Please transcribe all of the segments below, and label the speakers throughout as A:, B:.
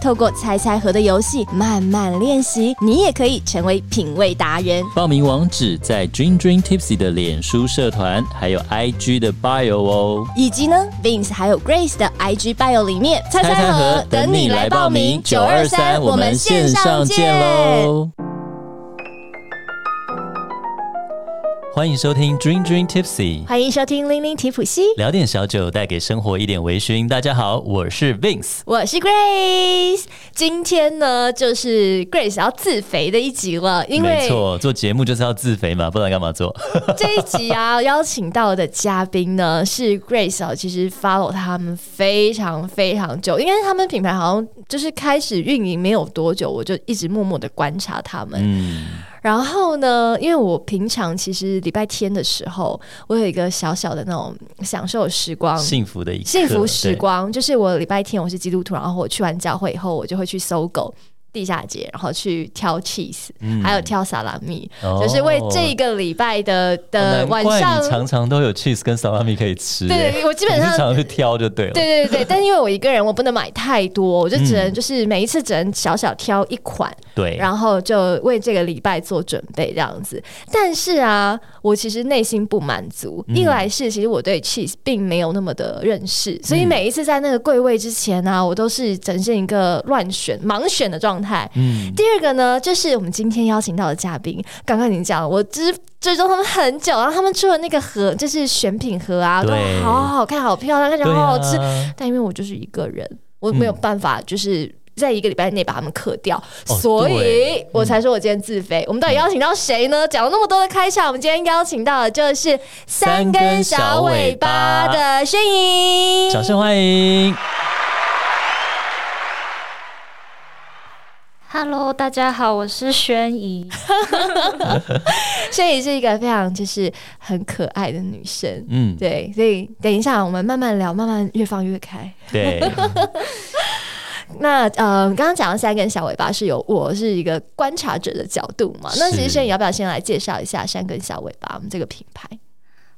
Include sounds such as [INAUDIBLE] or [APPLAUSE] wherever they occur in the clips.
A: 透过猜猜盒的游戏慢慢练习，你也可以成为品味达人。
B: 报名网址在 Dream Dream Tipsy 的脸书社团，还有 IG 的 bio 哦。
A: 以及呢，Vince 还有 Grace 的 IG bio 里面，猜
B: 猜猜盒等你来报名，九二三我们线上见。喽！欢迎收听 Dream Dream Tipsy，
A: 欢迎收听《零零提普西》，
B: 聊点小酒，带给生活一点微醺。大家好，我是 Vince。
A: 我是 Grace。今天呢，就是 Grace 要自肥的一集了，因
B: 没
A: 为
B: 错，做节目就是要自肥嘛，不然干嘛做？
A: [LAUGHS] 这一集啊，邀请到的嘉宾呢是 Grace 哦，其实 follow 他们非常非常久，因为他们品牌好像就是开始运营没有多久，我就一直默默的观察他们。
B: 嗯，
A: 然后呢，因为我平常其实礼拜天的时候，我有一个小小的那种享受时光。
B: 幸福的一刻，
A: 幸福时
B: 对。
A: 光就是我礼拜天我是基督徒，然后我去完教会以后，我就会去搜狗地下街，然后去挑 cheese，、还有挑萨拉米，
B: 嗯哦
A: 就是为这个礼拜的的
B: 难怪
A: 晚上
B: 你常常都有 cheese 跟 salami 可以吃、
A: 对
B: 欸
A: 我基本上
B: 你是常常去挑就对了。
A: 对对对，但因为我一个人，我不能买太多，我就只
B: 嗯
A: 能就是每一次只能小小挑一款，
B: 对
A: 然后就为这个礼拜做准备这样子。但是啊，我其实内心不满足，
B: 嗯
A: 一来是其实我对 cheese 并没有那么的认识，所以每一次在那个柜位之前啊，我都是呈现一个乱选、盲选的状态。
B: 嗯，
A: 第二个呢，就是我们今天邀请到的嘉宾，刚刚你讲，我只追踪他们很久，然后他们出的那个盒，就是选品盒啊，都
B: 对
A: 好好看、好漂亮，看起来
B: 对
A: 好
B: 啊
A: 好吃。但因为我就是一个人，
B: 嗯
A: 我没有办法，就是。在一个礼拜内把他们克掉，
B: 哦
A: 所以
B: 对
A: 我才说我今天自肥。我们到底邀请到谁呢？讲了那么多的开场，我们今天邀请到的就是三根
B: 三根
A: 小
B: 小
A: 尾
B: 尾
A: 巴
B: 巴
A: 的宣莹。
B: 掌声欢迎。
C: Hello，大家好，我是轩怡。
A: 宣莹是一个非常就是很可爱的女生，
B: 嗯，
A: 对，所以等一下我们慢慢聊，慢慢越放越开。
B: 对，
A: 那呃，刚刚讲到三根小尾巴是有我是一个观察者的角度嘛？那
B: 是
A: 其实轩宇要不要先来介绍一下三根小尾巴我们这个品牌？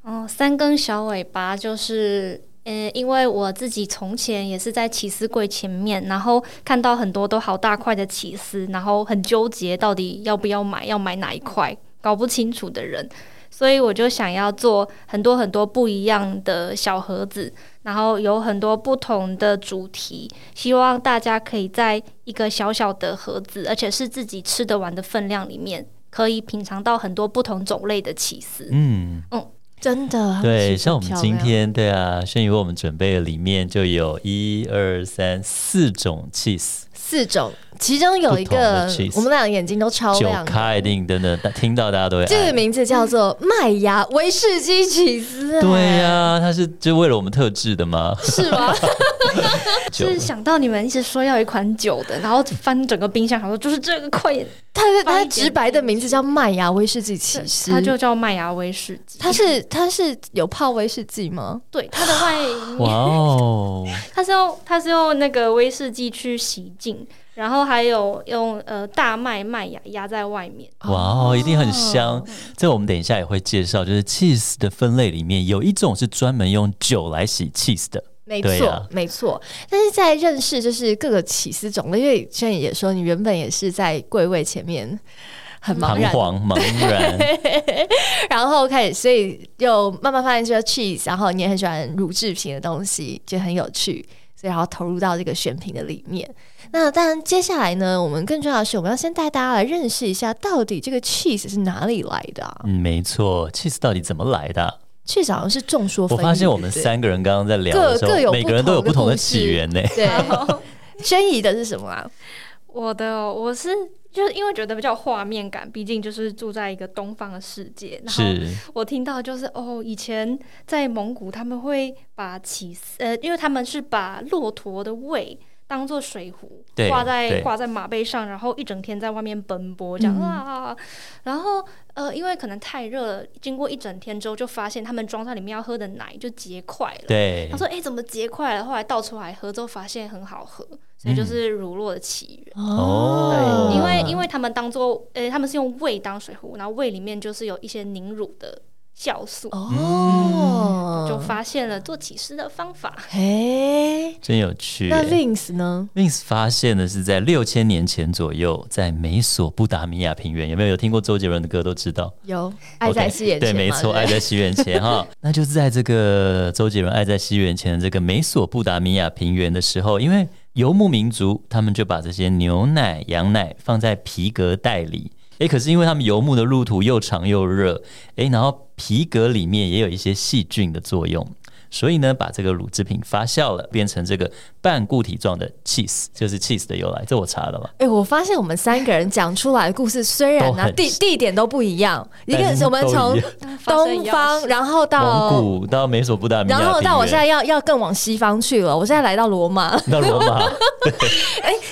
C: 哦，三根小尾巴就是，嗯、因为我自己从前也是在起司柜前面，然后看到很多都好大块的起司，然后很纠结到底要不要买，要买哪一块，搞不清楚的人，所以我就想要做很多很多不一样的小盒子，然后有很多不同的主题，希望大家可以在一个小小的盒子，而且是自己吃得完的分量里面，可以品尝到很多不同种类的起司。
B: 嗯。
A: 真的
B: 对，像我们今天，对啊，轩宇为我们准备的里面就有一二三四种 cheese，
A: 四种，其中有一
B: 不同
A: 个
B: 的 cheese
A: 我们俩眼睛都超
B: 九
A: 亮的，
B: 咖一定真的，大听到大家都会
A: 这个
B: 爱。
A: 名字叫做麦芽威士忌起司、
B: 对呀、、它是就为了我们特制的吗？ [LAUGHS]
A: 是吗？
B: 酒
C: 就是想到你们一直说要有一款酒的，然后翻整个冰箱，想说就是这个快点，
A: 它的它
C: 放一点
A: 直白的名字叫麦芽威士忌起司，
C: 它就叫麦芽威士忌。
A: 它是它是有泡威士忌吗？
C: 对它的外
B: 哇
C: 面，
B: 哦，
C: 它是用它是用那个威士忌去洗净，然后还有用呃大麦麦芽压在外面。
B: 哇哦，一定很香。这我们等一下也会介绍，就是 cheese 的分类里面有一种是专门用酒来洗 cheese 的，
A: 没
B: 对
A: 错，
B: 啊
A: 没错。但是在认识就是各个起司种类，因为轩宇也说你原本也是在柜位前面很茫
B: 彷
A: 然，
B: 徨茫然。
A: [LAUGHS] 然后开始，所以又慢慢发现说 cheese，然后你也很喜欢乳制品的东西，就很有趣，所以然后投入到这个选品的里面。那当然，接下来呢，我们更重要的是，我们要先带大家来认识一下，到底这个 cheese 是哪里来的、啊。
B: 嗯，没错，cheese 到底怎么来的啊、
A: cheese 好像是众说纷
B: 我
A: 纭。
B: 发现 [LAUGHS] 我们
A: 对不对
B: 三个人刚刚在聊的时
A: 各各有
B: 候，每个人都有
A: 不
B: 不
A: 同
B: 同
A: 的
B: 的
A: 故事
B: 起源呢。
A: 对。轩怡的是什么啊？
C: [LAUGHS] 我的哦、我是就是因为觉得比较有画面感，毕竟就是住在一个东方的世界，然后
B: 是，
C: 我听到就是哦，以前在蒙古他们会把起司，呃，因为他们是把骆驼的胃当做水壶
B: 对
C: 挂在
B: 对
C: 挂在马背上，然后一整天在外面奔波这样、
A: 嗯
C: 啊啊啊，然后呃，因为可能太热了，经过一整天之后，就发现他们装在里面要喝的奶就结块了。
B: 对
C: 他，说：“哎、怎么结块了？”后来倒出来喝之后，发现很好喝，所以就是
B: 嗯
C: 乳酪的起源。
B: 哦
C: 因为因
A: 为
C: 为他们当做，呃、他们是用胃当水壶，然后胃里面就是有一些凝乳的酵素，
A: 嗯哦，
C: 就发现了做起司的方法。
A: 哎，
B: 真有趣。
A: 那 Vince 呢？
B: Vince 发现的是在六千年前左右，在美索不达米亚平原，有没有有听过周杰伦的歌都知道？
A: 有爱在
B: OK，
A: 西眼
B: 对，
A: 前嘛
B: 没错，爱在西元前
A: [LAUGHS]
B: 哈，那就是在这个周杰伦爱在西元前的这个美索不达米亚平原的时候，因为游牧民族他们就把这些牛奶、羊奶放在皮革袋里。诶，可是因为他们游牧的路途又长又热，诶，然后皮革里面也有一些细菌的作用，所以呢，把这个乳制品发酵了，变成这个半固体状的 cheese，就是 cheese 的由来。这我查了嘛，
A: 哎、我发现我们三个人讲出来的故事，虽然
B: 都
A: 呢、
B: 很
A: 地地点都不一样，一个
B: 但是
A: 是我们
B: 都一
A: 从
B: 样
C: 发生
A: 东
C: 一样
A: 方，
C: 事
A: 然后
B: 蒙
A: 到
B: 古到美索不达米
A: 哦
B: 亚
A: 然
B: 平原，
A: 后到我现在要要更往西方去了，我现在来到罗
B: [LAUGHS]
A: 马，
B: 到罗
A: [LAUGHS]
B: 马，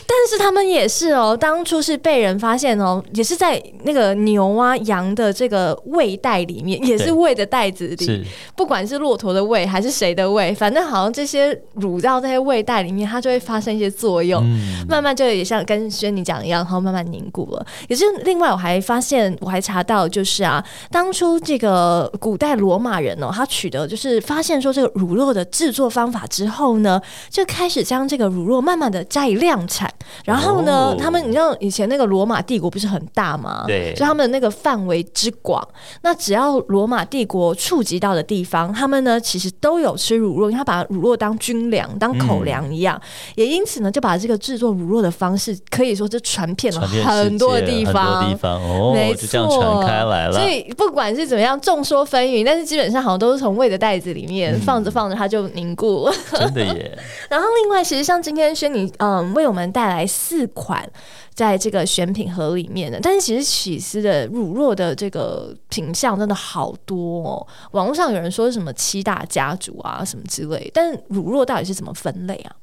A: 但是他们也是哦，当初是被人发现哦，也是在那个牛啊羊的这个胃袋里面，也
B: 对
A: 是胃的袋子里，
B: 是
A: 不管是骆驼的胃还是谁的胃，反正好像这些乳到这些胃袋里面，它就会发生一些作用。
B: 嗯
A: 慢慢就也像跟轩你讲一样，然后慢慢凝固了。也是另外，我还发现，我还查到，就是啊，当初这个古代罗马人哦，他取得就是发现说这个乳酪的制作方法之后呢，就开始将这个乳酪慢慢的加以量产。然后呢，
B: 哦
A: 他们你知道以前那个罗马帝国不是很大吗？
B: 对
A: 就他们那个范围之广，那只要罗马帝国触及到的地方，他们呢其实都有吃乳酪，因为他把乳酪当军粮、当口粮一样。也因此呢，就把这个制作乳酪的方式，可以说就传 [LAUGHS] 遍了
B: 传遍世界
A: 很多的地
B: 很多地
A: 方。
B: 方哦
A: 没，
B: 就这样传
A: 错
B: 开来了
A: 所。以不管是怎么样，众说纷纭，但是基本上好像都是从胃的袋子里面、放着放着它就凝固。
B: [LAUGHS] 真的耶，
A: [LAUGHS] 然后另外，其实像今天轩你嗯为我们带来四款在这个选品盒里面的，但是其实起司的乳酪的这个品相真的好多哦。网络上有人说是什么七大家族啊什么之类，但乳酪到底是怎么分类啊？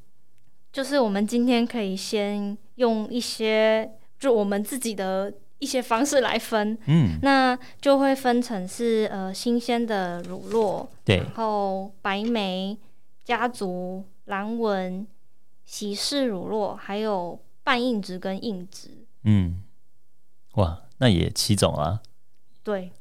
C: 就是我们今天可以先用一些，就我们自己的一些方式来分，
B: 嗯，
C: 那就会分成是呃新鲜的乳酪，
B: 对
C: 然后白梅、家族、蓝纹、喜事乳酪，还有半硬质跟硬质。
B: 嗯，哇，那也七种啊，
C: 对，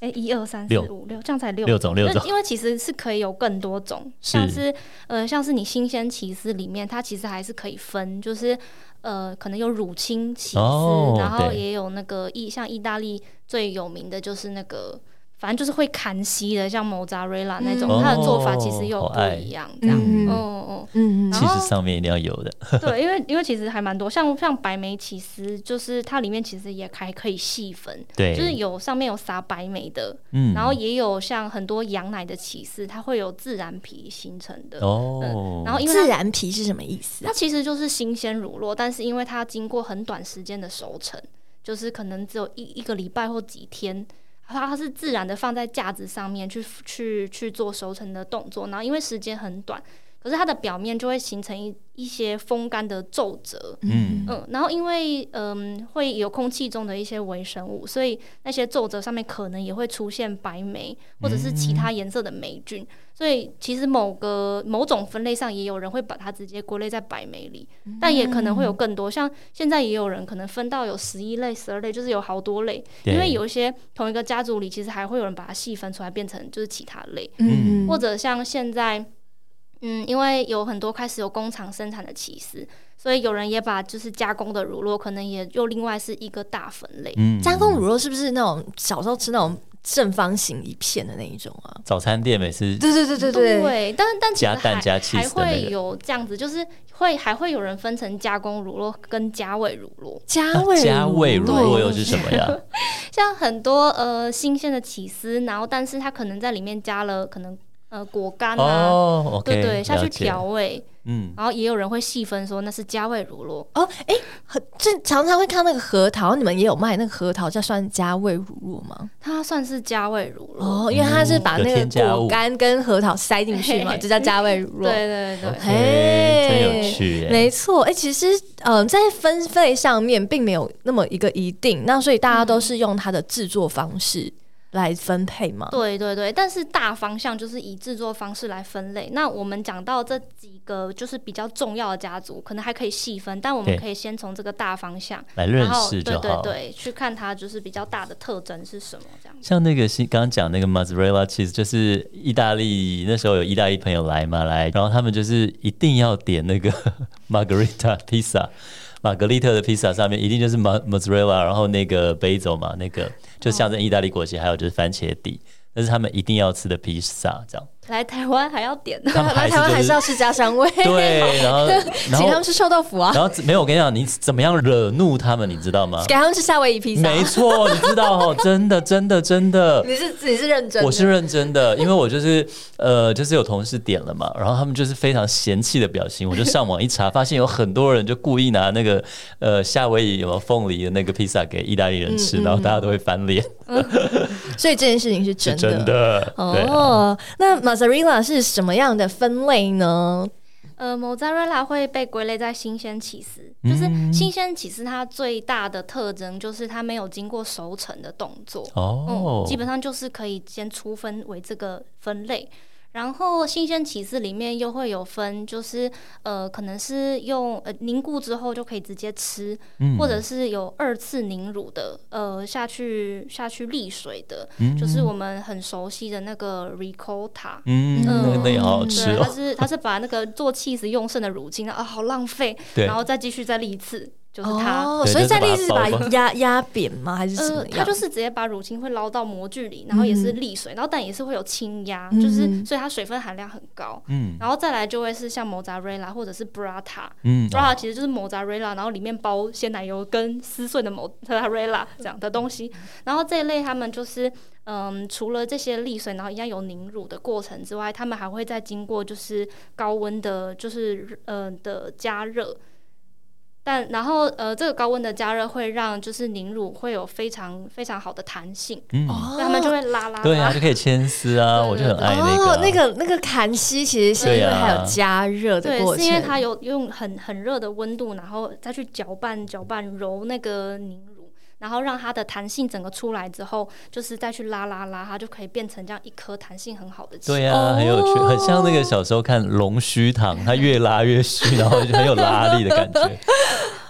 C: 哎，一二三四
B: 六
C: 五六，这样才六
B: 六种六
C: 那
B: 种，
C: 因为其实是可以有更多种，
B: 是
C: 像是呃，像是你新鲜起司里面，它其实还是可以分，就是呃，可能有乳清起司，
B: 哦
C: 然后
B: 对
C: 也有那个意，像意大利最有名的就是那个，反正就是会砍锡的，像 mozzarella 那种，
A: 嗯
C: 它的做法其实
B: 哦
C: 又
B: 好爱
C: 不一样，这样，
A: 嗯
C: 嗯嗯嗯。
A: 嗯
C: 然
B: 其
C: 后
B: 实上面一定要有的，
C: 对，因为因为其实还蛮多，像像白梅起司，就是它里面其实也还可以细分，
B: 对，
C: 就是有上面有撒白梅的，
B: 嗯
C: 然后也有像很多羊奶的起司，它会有自然皮形成的。
B: 哦，
C: 呃然后因为
A: 自
C: 它
A: 然皮是什么意思啊
C: 它？其实就是新鲜乳酪，但是因为它经过很短时间的熟成，就是可能只有一一个礼拜或几天。它它是自然的放在架子上面去去去做熟成的动作，然后因为时间很短，可是它的表面就会形成一一些风干的皱褶，
B: 嗯
C: 嗯，然后因为嗯会有空气中的一些微生物，所以那些皱褶上面可能也会出现白霉或者是其他颜色的霉菌，所以其实某个某种分类上也有人会把它直接归类在白霉里，但也可能会有更多，像现在也有人可能分到有十一类、十二类，就是有好多类，
B: 对
C: 因为有一些同一个家族里，其实还会有人把它细分出来变成就是其他类，
B: 嗯
C: 或者像现在，嗯，因为有很多开始有工厂生产的起司，所以有人也把就是加工的乳酪，可能也又另外是一个大分类。
B: 嗯
A: 加工乳酪是不是那种小时候吃那种正方形一片的那一种啊？
B: 早餐店每次
A: 对对对对
C: 对
A: 对，
C: 但但其实
B: 加蛋
C: 还
B: 加 cheese
C: 还
B: 的那
C: 会
B: 个
C: 有这样子，就是会还会有人分成加工乳酪跟加味乳酪，
A: 加味
B: 加味乳酪
A: 酪
B: 又是什么呀？
C: 像很多呃新鲜的起司，然后但是它可能在里面加了可能呃果干 [LAUGHS] 啊，
B: 哦，OK，
C: 对对，下去
B: 了解
C: 调，味。
B: 嗯，
C: 然后也有人会细分说那是加味乳酪，
A: 哦，哎、很这常常会看那个核桃，你们也有卖那个核桃叫酸加味乳酪吗？
C: 它算是加味乳酪。
A: 哦，因为它是把
B: 嗯
A: 那
B: 有添加
A: 个
B: 物
A: 果干跟核桃塞进去 [LAUGHS] 嘛，
C: 嘿嘿
A: 就叫加味乳酪。
C: 对对对，
B: 嘿，哎真有
A: 嘿
B: 趣耶，
A: 没错，哎、其实，嗯、在分类上面并没有那么一个一定，那所以大家都是用它的制作方式来分配
B: 哦
A: 嘛。
C: 对对对，但是大方向就是以制作方式来分类。那我们讲到这几个就是比较重要的家族，可能还可以细分，但我们
B: 对
C: 可以先从这个大方向，
B: 来
C: 然
B: 认
C: 后
B: 识
C: 对
B: 就
C: 对
B: 好。
C: 对，去看它就是比较大的特征是什么这样。
B: 像那个新刚刚讲那个 mozzarella cheese，就是意大利那时候有意大利朋友来嘛来，然后他们就是一定要点那个 [LAUGHS] margarita pizza，玛 [LAUGHS] 格丽特的披萨上面一定就是 mo- mozzarella，然后那个 basil 嘛，那个就象征意大利国旗，还有就是番茄底，那是他们一定要吃的披萨，这样。
C: 来台湾还要点，
B: 他
A: 来
B: 们还
A: 台湾还
B: 是
A: 是
B: 就
A: 要
B: 是
A: 吃家乡味，
B: 对，然后然
A: [LAUGHS] 请他
B: 后
A: 们吃臭豆腐啊，
B: 然后没有，我跟你讲，你怎么样惹怒他们，你知道吗？
A: 给他们吃夏威夷披萨。
B: 没错，你知道哦，真的，真的，真的。
A: 你是你是认真的？
B: 我是认真的，因为我就是 [LAUGHS] 呃，就是有同事点了嘛，然后他们就是非常嫌弃的表情，我就上网一查，发现有很多人就故意拿那个呃夏威夷有没有凤梨的那个披萨给意大利人
A: 嗯
B: 吃，然后大家都会翻脸，
A: 所以这件事情是真
B: 是
A: 的。
B: 真的。对啊，
A: 哦，那 mozzarella 是什么样的分类呢？
C: 呃，mozzarella 会被归类在新鲜起司，就是
B: 嗯
C: 新鲜起司它最大的特征就是它没有经过熟成的动作。
B: 哦
C: 嗯，，基本上就是可以先粗分为这个分类。然后新鲜起司里面又会有分，就是呃，可能是用呃凝固之后就可以直接吃，
B: 嗯
C: 或者是有二次凝乳的，呃，下去下去沥水的，
B: 嗯
C: 就是我们很熟悉的那个 ricotta。
B: 嗯，那个那也好好吃
C: 对，它
B: 哦，
C: 是它是把那个做 cheese 用剩的乳精啊，好浪费，
B: 对
C: 然后再继续再沥一次，就是它。
A: 哦，
B: 对
A: 所以在
B: 就是
A: 例
B: 把它
A: 子是把
B: 包装
A: 压压扁吗？还是什
C: 呃
A: 么，
C: 它
A: 样？
C: 就是直接把乳清会捞到模具里，然后也是沥水，然后但也是会有清压，就是
A: 嗯
C: 所以它水分含量很高。
B: 嗯
C: 然后再来就会是像 mozzarella 或者是 brata。
B: 嗯，哦
C: brata 其实就是 mozzarella，然后里面包鲜奶油跟撕碎的 mozzarella 这样的东
B: 嗯
C: 西。然后这一类他们就是，嗯，除了这些沥水，然后一样有凝乳的过程之外，他们还会再经过就是高温的，就是嗯、呃的加热。但然后呃，这个高温的加热会让就是凝乳会有非常非常好的弹性，
B: 嗯，
A: 哦
C: 所以他们就会拉拉
B: 对啊，
C: 拉。
B: 就可以牵丝啊，
C: 对
B: 我就很爱那个啊
A: 哦，那个那个砍西其实是因为
B: 对啊
A: 还有加热的
C: 对
A: 过，程，
C: 是因为它有用很很热的温度，然后再去搅拌搅拌揉那个凝乳，然后让它的弹性整个出来之后，就是再去拉拉拉，它就可以变成这样一颗弹性很好的球。
B: 对啊，很有趣，
A: 哦
B: 很像那个小时候看龙须糖，它越拉越虚，然后就很有拉力的感觉。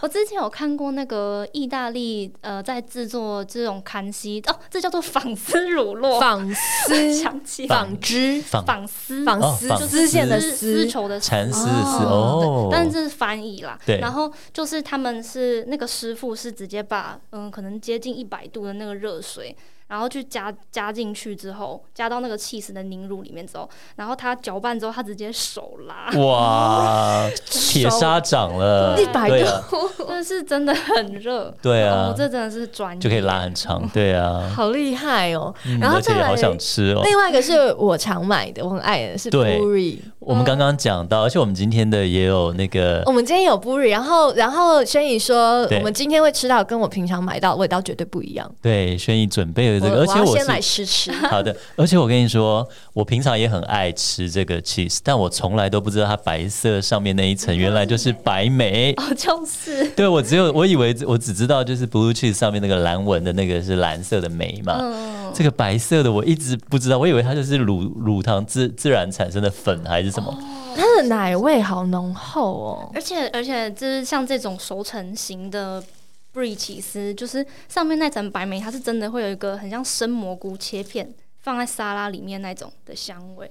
C: 我之前有看过那个意大利呃在制作这种康熙哦，这叫做纺丝乳酪，
A: 纺丝、
C: 想起
A: 纺织、
B: 仿
C: 纺丝
A: 纺丝
B: 哦
A: 就
B: 纺
A: 丝线的
C: 丝丝
A: 丝，
C: 绸的丝。
B: 蚕丝的丝
C: 对
B: 哦，
C: 但是这是翻译啦。
B: 对
C: 然后就是他们是那个师傅是直接把嗯，可能接近一百度的那个热水，然后去加加进去之后，加到那个 cheese 的凝乳里面之后，然后他搅拌之后，他直接手
B: [LAUGHS]
C: 拉，
A: [LAUGHS]
B: 哇，铁砂掌了，
A: 一百
B: 对啊，
A: 度，
C: 那是真的很热。
B: 对啊
C: 哦，这真的是专业，
B: 就可以拉很长，对啊，
A: 好厉害哦！
B: 嗯
A: 嗯然后
B: 而且
A: 再
B: 也
A: 来
B: 好想吃哦。
A: 另外一个是我常买的，我很爱的是
B: 对
A: Puri。
B: 我们刚刚讲到，而且我们今天的也有那个
A: 哦我们今天有 Puri，然后然后轩宇说，
B: 呃对
A: 我们今天会吃到跟我平常买到的味道绝对不一样。
B: 对轩逸准备的这个，而且
A: 要
B: 我
A: 先来
B: 是。
A: 试吃。
B: [LAUGHS] 好的，而且我跟你说，我平常也很爱吃这个 cheese，但我从来都不知道它白色上面那一
A: 嗯
B: 层原来就是白莓。
C: 哦，就是
B: 对我只有我以为我只知道就是 blue cheese 上面那个蓝纹的那个是蓝色的莓嘛，
C: 嗯，
B: 这个白色的我一直不知道，我以为它就是乳乳糖自自然产生的粉还是什
A: 哦
B: 么。
A: 它的奶味好浓厚哦，
C: 而且而且就是像这种熟成型的。brie 起司就是上面那层白莓，它是真的会有一个很像生蘑菇切片放在沙拉里面那种的香味，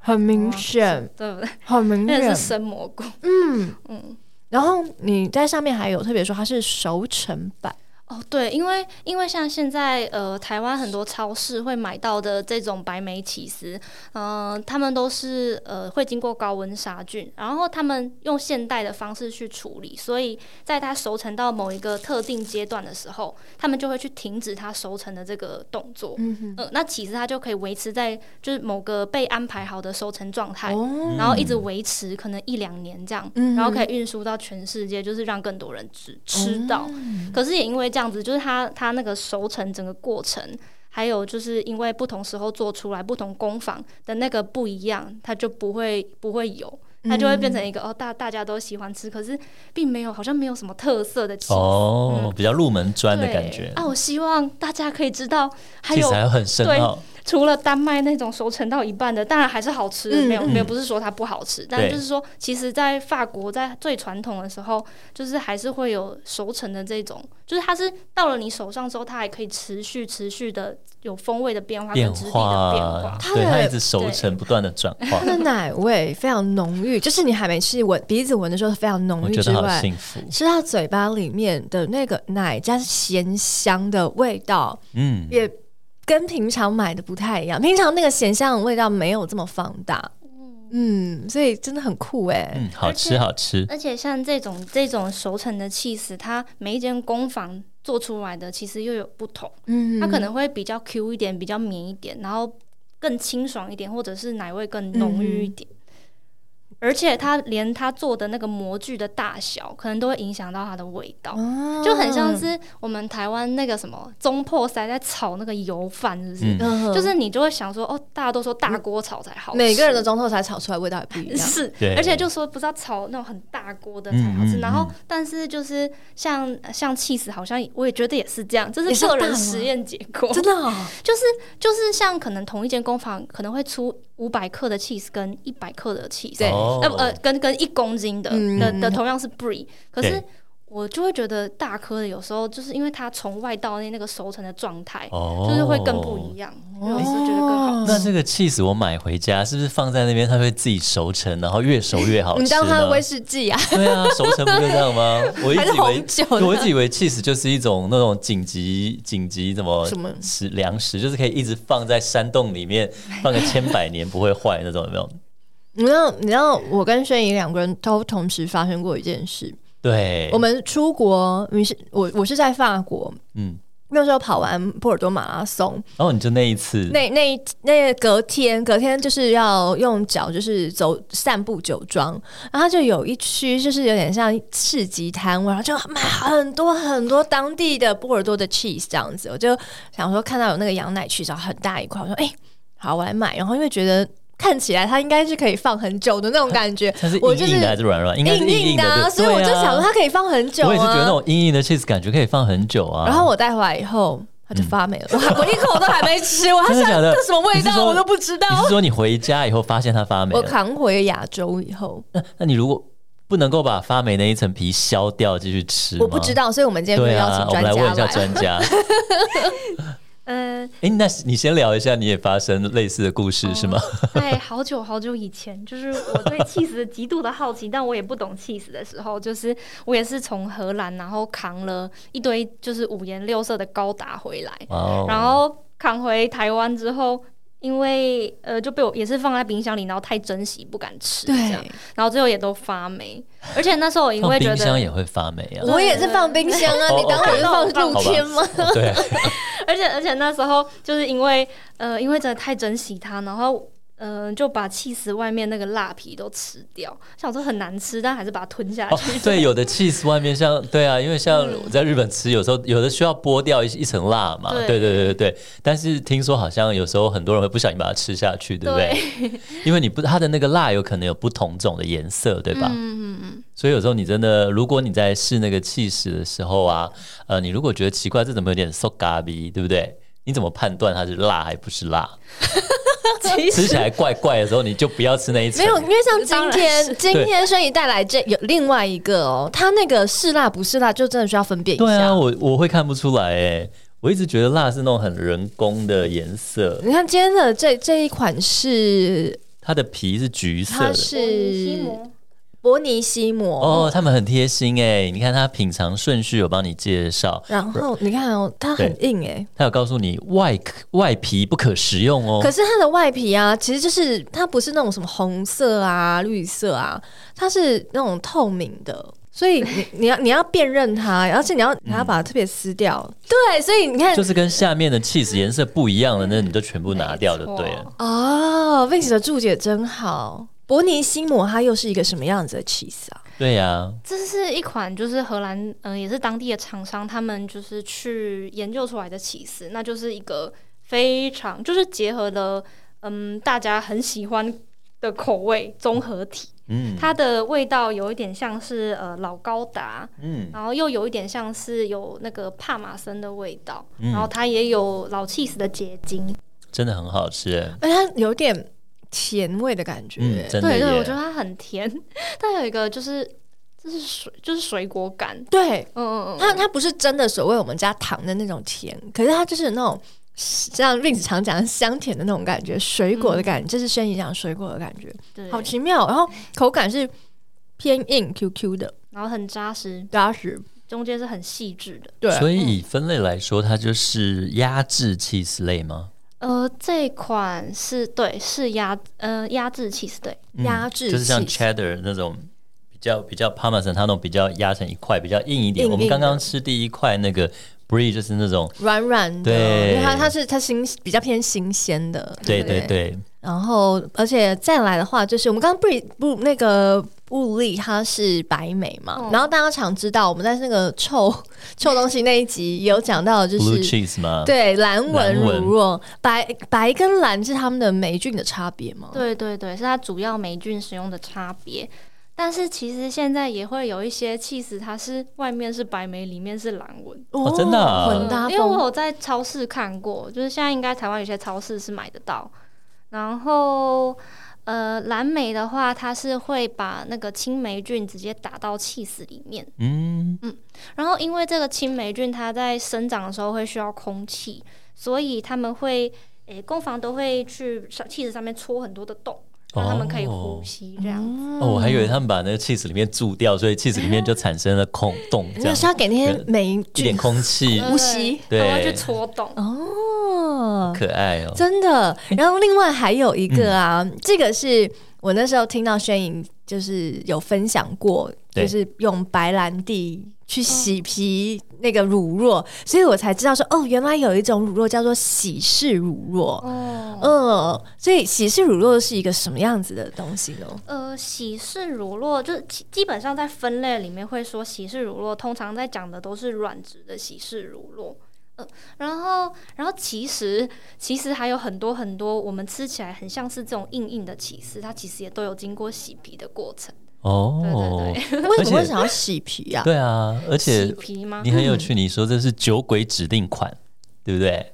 A: 很明显，
C: 对不对？
A: 很明
C: [LAUGHS] 那
A: 显
C: 是。生蘑菇
A: 嗯
C: 嗯，
A: 然后你在上面还有特别说它是熟成版，
C: 哦，对，因为因为像现在呃，台湾很多超市会买到的这种白眉起司，嗯、他们都是呃会经过高温杀菌，然后他们用现代的方式去处理，所以在它熟成到某一个特定阶段的时候，他们就会去停止它熟成的这个动作。
A: 嗯
C: 嗯、那起司它就可以维持在就是某个被安排好的熟成状态，
A: 哦，
C: 然后一直维持可能一两年这样，
A: 嗯哦
C: 然后可以运输到全世界，就是让更多人吃吃到。
A: 嗯
C: 可是也因为这样子，就是它它那个熟成整个过程，还有就是因为不同时候做出来、不同工坊的那个不一样，它就不会不会有。它就会变成一个、哦，大大家都喜欢吃，可是并没有，好像没有什么特色的起司
B: 哦
C: 嗯，
B: 比较入门砖的
C: 对
B: 感觉，
C: 啊，我希望大家可以知道，还
B: 其实
C: 有
B: 还很深奥。
C: 除了丹麦那种熟成到一半的，当然还是好吃，
A: 嗯
C: 没有没有
B: 嗯
C: 不是说它不好吃，但就是说，其实，在法国在最传统的时候，就是还是会有熟成的这种，就是它是到了你手上之后，它还可以持续持续的有风味的变化
B: 变
C: 跟质地的变
B: 化啊
C: 化，，
A: 它
B: 对
A: 的
B: 它一直熟成，不断的转化
A: 它，的奶味非常浓郁，就是你还没吃，闻鼻子闻的时候非常浓
B: 我
A: 郁
B: 觉
A: 之
B: 得好
A: 外，
B: 幸福。
A: 吃到嘴巴里面的那个奶加咸香的味道，
B: 嗯，
A: 也跟平常买的不太一样。平常那个咸香的味道没有这么放大，嗯，所以真的很酷哎、
B: 嗯，好
C: 而
B: 吃
C: 且
B: 好吃，
C: 而且像这种这种熟成的气死，它每一间工坊做出来的其实又有不同。
A: 嗯，
C: 它可能会比较 Q 一点，比较绵一点，然后更清爽一点，或者是奶味更浓郁
A: 嗯
C: 一点。而且它连它做的那个模具的大小，可能都会影响到它的味道，
A: 哦
C: 就很像是我们台湾那个什么中破塞在炒那个油饭，是不是？
A: 嗯
B: 嗯，
C: 就是你就会想说，哦，大家都说大锅炒才好吃，
A: 每个人的中透才炒出来味道也不一样。
C: 是
B: 对，
C: 而且就说不知道炒那种很大锅的才好吃。
B: 嗯嗯
C: 然后
B: 嗯，
C: 但是就是像像 cheese，好像我也觉得也是这样，这
A: 也
C: 是
A: 是要
C: 个
A: 大
C: 人
A: 吗
C: 实验结果，
A: [LAUGHS] 真的、哦，
C: 就是就是像可能同一间工坊可能会出五百克的 cheese 跟一百克的 cheese，
A: 对
B: 哦
C: 呃不呃跟跟一公斤的、
A: 嗯
C: 的的同样是 brie，可是
B: 对
C: 我就会觉得大颗的有时候就是因为它从外到内那个熟成的状态，
B: 哦
C: 就是会更不一样，所以我是觉得更
A: 哦
C: 好。
B: 那这个 cheese 我买回家，是不是放在那边它会自己熟成，然后越熟越好吃
A: 嗯
B: 呢？
A: 你当它的威士忌啊？
B: 对啊，熟成不就这
A: [LAUGHS]
B: 样吗？我一
A: 还是
B: 直以为
A: 红酒，呢
B: 对我一直以为 cheese 就是一种那种紧急紧急怎么
A: 什么
B: 食粮食，就是可以一直放在山洞里面
A: 哎
B: 放个千百年不会坏那种，有没有？
A: 你知道，你知道，我跟轩怡两个人都同时发生过一件事。
B: 对，
A: 我们出国，你是我，我是在法国，
B: 嗯，
A: 那时候跑完波尔多马拉松，
B: 然后你就那一次，
A: 那那一那隔天，隔天就是要用脚就是走散步酒庄，然后就有一区就是有点像市集摊位，然后就买很多很多当地的波尔多的 cheese 这样子，我就想说看到有那个羊奶 cheese 然后很大一块，我说哎、好我来买，然后因为觉得看起来它应该是可以放很久的那种感觉，
B: 它是
A: 我就
B: 硬
A: 是
B: 硬的还是软软？应该是硬
A: 硬的、
B: 的，对
A: 所以我就想说。
B: 对啊
A: 它可以放很久、啊，
B: 我也是觉得那种硬硬的 cheese 感觉可以放很久啊。
A: 然后我带回来以后，它就发霉了。我还我一口都还没吃，我还
B: 嗯真的
A: 想
B: 假的
A: 这什么味
B: 呃你是
A: 道
B: 说
A: 我都不知道
B: 你。是说你回家以后发现它发霉
A: 我
B: 了？
A: 扛回亚洲以后，
B: 那那你如果不能够把发霉那一层皮削掉继续吃，
A: 我不知。道，所以我们今天没
B: 对
A: 有邀
B: 啊，
A: 请
B: 我们
A: 专
B: 来问一
A: 家
B: 下专家。
C: 呃，
B: 哎，那你先聊一下，你也发生类似的故事是吗？
C: 在好久好久以前，就是我对 cheese 的极度的好奇，但我也不懂 cheese 的时候，就是我也是从荷兰，然后扛了一堆就是五颜六色的高达回来，
B: 哇哦
C: [LAUGHS] 然后扛回台湾之后，因为呃就被我也是放在冰箱里，然后太珍惜不敢吃，这样，
A: 对，
C: 然后最后也都发霉，而且那时候我因
B: 放
C: 为觉
B: 冰箱
C: 得，
B: 也会发霉
C: [LAUGHS]
B: 啊。
A: 我也是放冰箱啊，
B: 对
A: 你当我是
B: 哦
A: 放露天
B: [LAUGHS]
A: 吗？
B: 对，啊
C: 而且而且那时候就是因为呃因为真的太珍惜它，然后。嗯、就把气死外面那个辣皮都吃掉，想说很难吃，但还是把它吞下
B: 哦
C: 去。
B: 对，有的 cheese 外面像对啊，因为像
C: 嗯
B: 我在日本吃，有时候有的需要剥掉一一层辣嘛。
C: 对
B: 对对对对对。但是听说好像有时候很多人会不小心把它吃下去，对不对？因为你不它的那个辣有可能有不同种的颜色，对吧？
C: 嗯嗯嗯，
B: 所以有时候你真的，如果你在试那个气势的时候啊，呃，你如果觉得奇怪，这怎么有点 so 嘎逼，对不对？你怎么判断它是辣还不是辣？
C: 其
B: [LAUGHS] 吃起来怪怪的时候，你就不要吃那一层。
A: [LAUGHS] 没有，因为像今
C: 当然是
A: 天，今天生怡带来这有另外一个哦，它那个是辣不是辣，就真的需要分辨一
B: 对啊，
A: 下。
B: 我我会看不出来哎、我一直觉得辣是那种很人工的颜色，
A: 你看今天的这这一款是
B: 它的皮是橘色
A: 它
B: 的，
A: 是伯尼西摩
B: 哦，他们很贴心哎，你看他品尝顺序有帮你介绍，
A: 然后你看哦，它很硬哎、
B: 他有告诉你外外皮不可食用哦。
A: 可是它的外皮啊，其实就是它不是那种什么红色啊、绿色啊，它是那种透明的。所以你 [LAUGHS] 你要你要辨认它，而且你要你要把它特别撕掉。对，所以你看
B: 就是跟下面的 cheese 颜色不一样的，那你就全部拿掉就对
C: 没
B: 了
C: 错。
A: 哦 v i n c 的注解真好。伯尼西摩它又是一个什么样子的 cheese 啊？
B: 对呀、
C: 这是一款就是荷兰，呃，也是当地的厂商，他们就是去研究出来的起司，那就是一个非常就是结合了，嗯，大家很喜欢的口味综合体。
B: 嗯
C: 它的味道有一点像是呃老高达，
B: 嗯
C: 然后又有一点像是有那个帕玛森的味道，
B: 嗯
C: 然后它也有老 cheese 的结晶。
B: 真的很好吃哎。
A: 而且它有点甜味的感觉。
B: 嗯，真的
C: 对对，我觉
B: 耶。
C: 得它很甜，但有一个就是这是水就是水果感，
A: 对，
C: 嗯嗯嗯，
A: 它它不是真的所谓我们家糖的那种甜，可是它就是那种像 Vince 常讲的香甜的那种感觉，水果的感觉，这是轩怡讲水果的感觉，
C: 对
A: 好奇妙。然后口感是偏硬 QQ 的，
C: 然后很扎实，
A: 扎实，
C: 中间是很细致的。
A: 对，
B: 所以以分类来说，它就是压制 cheese 类吗？
C: 呃，这款是对是压呃压制 cheese 对，
B: 嗯
A: 压制
B: 就是像
A: cheese
B: cheddar 那种比较比较 parmesan，它那种比较压成一块，比较硬一点。
A: 硬
B: 我们刚
A: 硬的
B: 刚吃第一块那个 brie 就是那种，
A: 软软的，
B: 对
A: 因为它它是它新比较偏新鲜的，
B: 对
A: 不
B: 对对，
A: 然后，而且再来的话，就是我们刚刚布布那个布利它是白美嘛，
C: 嗯
A: 然后大家常知道，我们在那个臭 [LAUGHS] 臭东西那一集有讲到，就
B: blue
A: 是
B: cheese 嘛。
A: 对蓝纹
B: 蓝纹
A: 乳酪，白白跟蓝是它们的霉菌的差别吗？
C: 对对对，是它主要霉菌使用的差别。但是其实现在也会有一些 cheese，它是外面是白莓，里面是蓝纹。
A: 哦
B: 真的啊
A: 混搭
C: 嗯因为我
A: 风。
C: 有在超市看过，就是现在应该台湾有些超市是买得到。然后，呃，蓝莓的话，它是会把那个青霉菌直接打到 cheese 里面。
B: 嗯，
C: 然后因为这个青霉菌它在生长的时候会需要空气，所以他们会诶工坊都会去上 cheese 上面戳很多的洞，让他们可以呼吸这样。
B: 哦，我还
A: 嗯
B: 以为他们把那个 cheese 里面注掉，所以 cheese 里面就产生了空洞，这
A: 那
B: 样
A: 是要给那些霉
B: 一点
A: 菌
B: 空气，
A: 呼吸
B: 对
C: 他们会去戳洞。
A: 哦，
B: 可爱哦。
A: 真的。然后另外还有一个啊，
B: 嗯
A: 这个是我那时候听到宣颖就是有分享过，
B: 对
A: 就是用白兰地去洗皮那个乳酪，所以我才知道说哦，原来有一种乳酪叫做喜事乳酪。
C: 哦，
A: 嗯，所以喜事乳酪是一个什么样子的东西呢？
C: 呃，喜事乳酪就是基基本上在分类里面会说喜事乳酪，通常在讲的都是软质的喜事乳酪。呃，然后，然后其实其实还有很多很多，我们吃起来很像是这种硬硬的起司，它其实也都有经过洗皮的过程。
B: 哦，
C: [LAUGHS]
A: 为什么
B: 而
A: 会
B: 且
A: 想要洗皮啊？
B: 对啊，而
C: 洗
B: 且
C: 皮吗
B: 你？很有趣，你说这是酒鬼指定款，对
A: [LAUGHS]
B: 不对？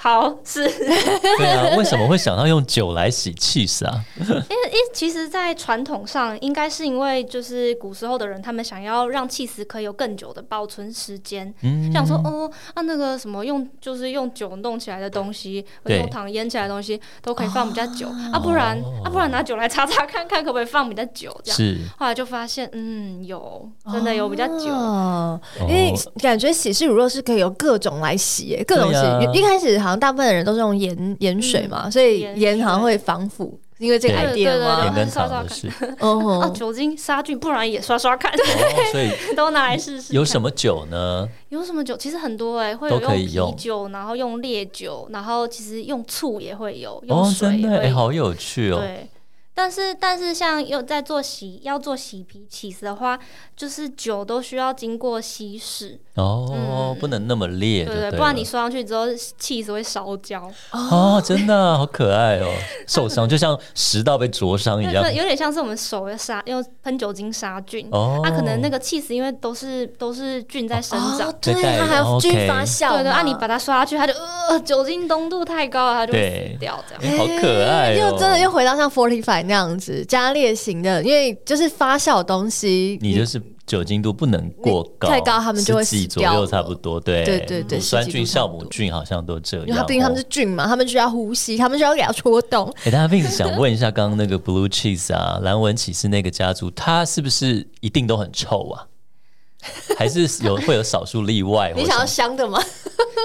C: 好，是
B: [LAUGHS]
C: 因为
B: 对啊，为什么会想到用酒来洗 cheese 啊？
C: 因为其实，在传统上，应该是因为就是古时候的人，他们想要让气司可以有更久的保存时间，
B: 嗯，
C: 想说哦，啊那个什么用就是用酒弄起来的东西，或者
B: 对哦
C: 用糖腌起来的东西都可以放比较久、啊，不然啊不然拿酒来擦擦看看可不可以放比较久这样。
B: 是
C: 后来就发现，嗯，有真的有比较久，
A: 哦因为
B: 哦
A: 感觉洗式乳酪是可以有各种来洗耶，各种洗。
B: 对啊
A: 一开始好像大部分的人都是用盐盐水嘛，所以
C: 嗯盐
A: 盐好像
C: 水
A: 会防腐，因为这个
B: 对
A: idea
B: 甜
A: 吗？
B: 跟糖
C: 刷刷
B: 的
C: 看
B: 事，
A: [LAUGHS]
B: 哦
A: 哦吼
C: 啊酒精杀菌，不然也刷刷看， [LAUGHS]
B: 所以
C: 都拿来试试看。
B: 有什么酒呢？
C: 有什么酒？其实很多哎、会
B: 都
C: 有
B: 可以
C: 啤
B: 用
C: 酒，然后用烈酒，然后其实用醋也会有，用
B: 哦，
C: 水
B: 真
C: 也
B: 的，
C: 会
B: 哎，
C: 有。
B: 好有趣哦。
C: 对，但是但是像又在做洗要做洗皮起司的话，就是酒都需要经过稀释，
B: 哦，
A: 嗯
B: 不能那么烈，
C: 对
B: 就
C: 不
B: 对
C: 对？
B: 了，
C: 不然你刷上去之后，起司会烧焦，
A: [LAUGHS]
B: 哦，真的好可爱哦，受伤就像食道被灼伤一
C: 对
B: 样
C: 对，。有点像是我们手的杀用喷酒精杀菌。
B: 哦，
C: 啊，可能那个起司因为都是都是菌在生长，
A: 哦，对，
B: 再盖
A: 它还要菌
B: OK
A: 发酵嘛。
C: 对对，啊，你把它刷下去，它就呃酒精浓度太高了，它就会
B: 对
C: 死掉这样。
B: 哎好可爱哦，
A: 又真的又回到像 Forty Five 那样子加烈型的，因为就是发酵的东西，
B: 你就是酒精度不能过高，
A: 太高他们就会死
B: 10几左
A: 掉
B: 右
A: 了
B: 差不多，对
A: 对对对
B: 乳酸
A: 10几
B: 菌、
A: 度差
B: 酵
A: 不多
B: 母菌好像都这样。哦
A: 因为它毕竟他们是菌嘛，他们需要呼吸，他们需要给它戳动。
B: 哎、大家并想问一下，刚刚那个 Blue Cheese 啊，蓝纹起士那个家族，它是不是一定都很臭啊？还是有会有少数例外？
A: 你
B: 或
A: 想要
B: 什
A: 香的吗？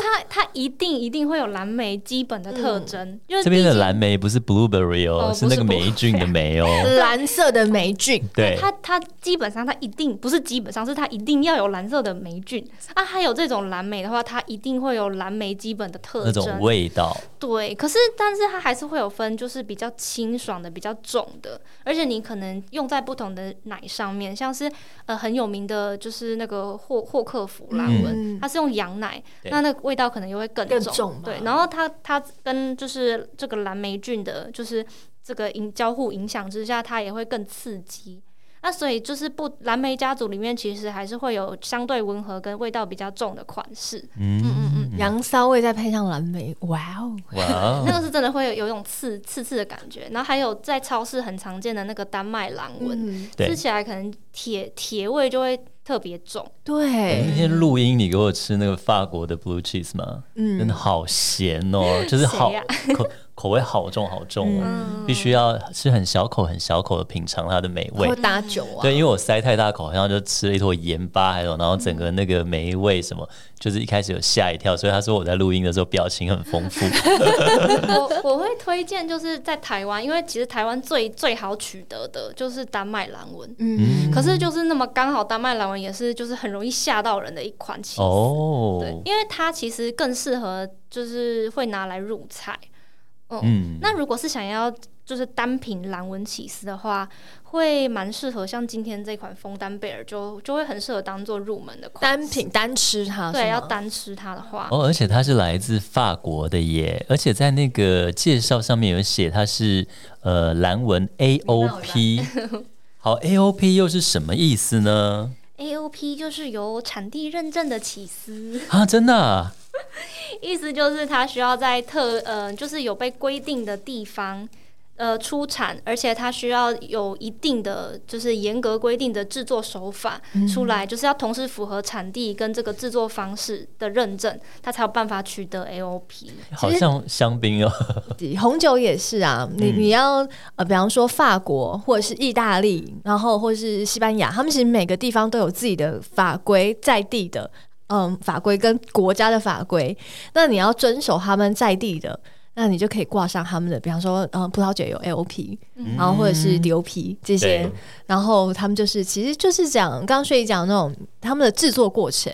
C: 它它一定一定会有蓝莓基本的特征，因为
B: 么这边
C: 毕
B: 的
C: 竟
B: 蓝莓不是 blueberry 哦，
C: 哦
B: 是那个霉菌的霉哦。
A: 蓝色的霉菌，
B: 对，
C: 它它基本上它一定不是基本上是它一定要有蓝色的霉菌啊，还有这种蓝莓的话，它一定会有蓝莓基本的特
B: 那
C: 征。
B: 种味道，
C: 对，可是但是它还是会有分，就是比较清爽的、比较重的，而且你可能用在不同的奶上面，像是呃很有名的就是那个霍霍克福拉文，
A: 嗯
C: 它是用羊奶，
B: 对
C: 那那个味道可能又会更
A: 更
C: 重。
A: 重嘛
C: 对，然后它它跟就是这个蓝莓菌的，就是这个影交互影响之下，它也会更刺激。那所以就是不蓝莓家族里面，其实还是会有相对温和跟味道比较重的款式。
B: 嗯，
A: 杨骚味再配上蓝莓，哇哦！
B: 哇哦，
C: 那个是真的会有有一种刺刺刺的感觉。然后还有在超市很常见的那个丹麦蓝纹，
A: 嗯，
B: 对
C: 吃。起来可能铁铁味就会特别重。
A: 对，
B: 那天录音，你给我吃那个法国的 blue cheese 吗？真
A: 嗯，
B: 的好咸哦，就是好
C: 谁呀
B: 口口味好重好重哦，
C: 嗯，
B: 必须要吃很小口很小口的品尝它的美嗯味
A: 或。搭酒啊，
B: 对，因为我塞太大口，好像就吃了一坨盐巴，还有然后整个那个霉味什么，就是一开始有吓一跳，所以他说我在录音的时候表情很丰富。
C: 我我会推荐就是在台湾，因为其实台湾最最好取得的就是丹麦蓝纹。
A: 嗯，
C: 可是就是那么刚好，丹麦蓝纹也是就是很容易吓到人的一款起司。对
B: 哦，，
C: 因为它其实更适合就是会拿来入菜。
B: 嗯，
C: 那如果是想要就是单品蓝纹起司的话，会蛮适合像今天这款枫丹贝尔就就会很适合当做入门的款
A: 单
C: 式。
A: 品单吃它，
C: 对，
A: 是吗
C: 要单吃它的话，
B: 哦，而且它是来自法国的耶，而且在那个介绍上面有写它是呃蓝文 A O P，好 A O P 又是什么意思呢？
C: AOP 就是由产地认证的起司，
B: 啊，真的啊、
C: 意思就是它需要在特呃，就是有被规定的地方。呃，出产，而且它需要有一定的，就是严格规定的制作手法
A: 嗯
C: 出来，就是要同时符合产地跟这个制作方式的认证，它才有办法取得 AOP。
B: 好像香槟哦，
A: 红酒也是啊，你你要呃，比方说法国或者是意大利，然后或是西班牙，他们其实每个地方都有自己的法规，在地的嗯法规跟国家的法规，那你要遵守他们在地的，那你就可以挂上他们的，比方说嗯葡萄酒有 AOP，、然后或者是 DOP 这些
B: 对，
A: 然后他们就是其实就是讲刚刚睡讲那种他们的制作过程。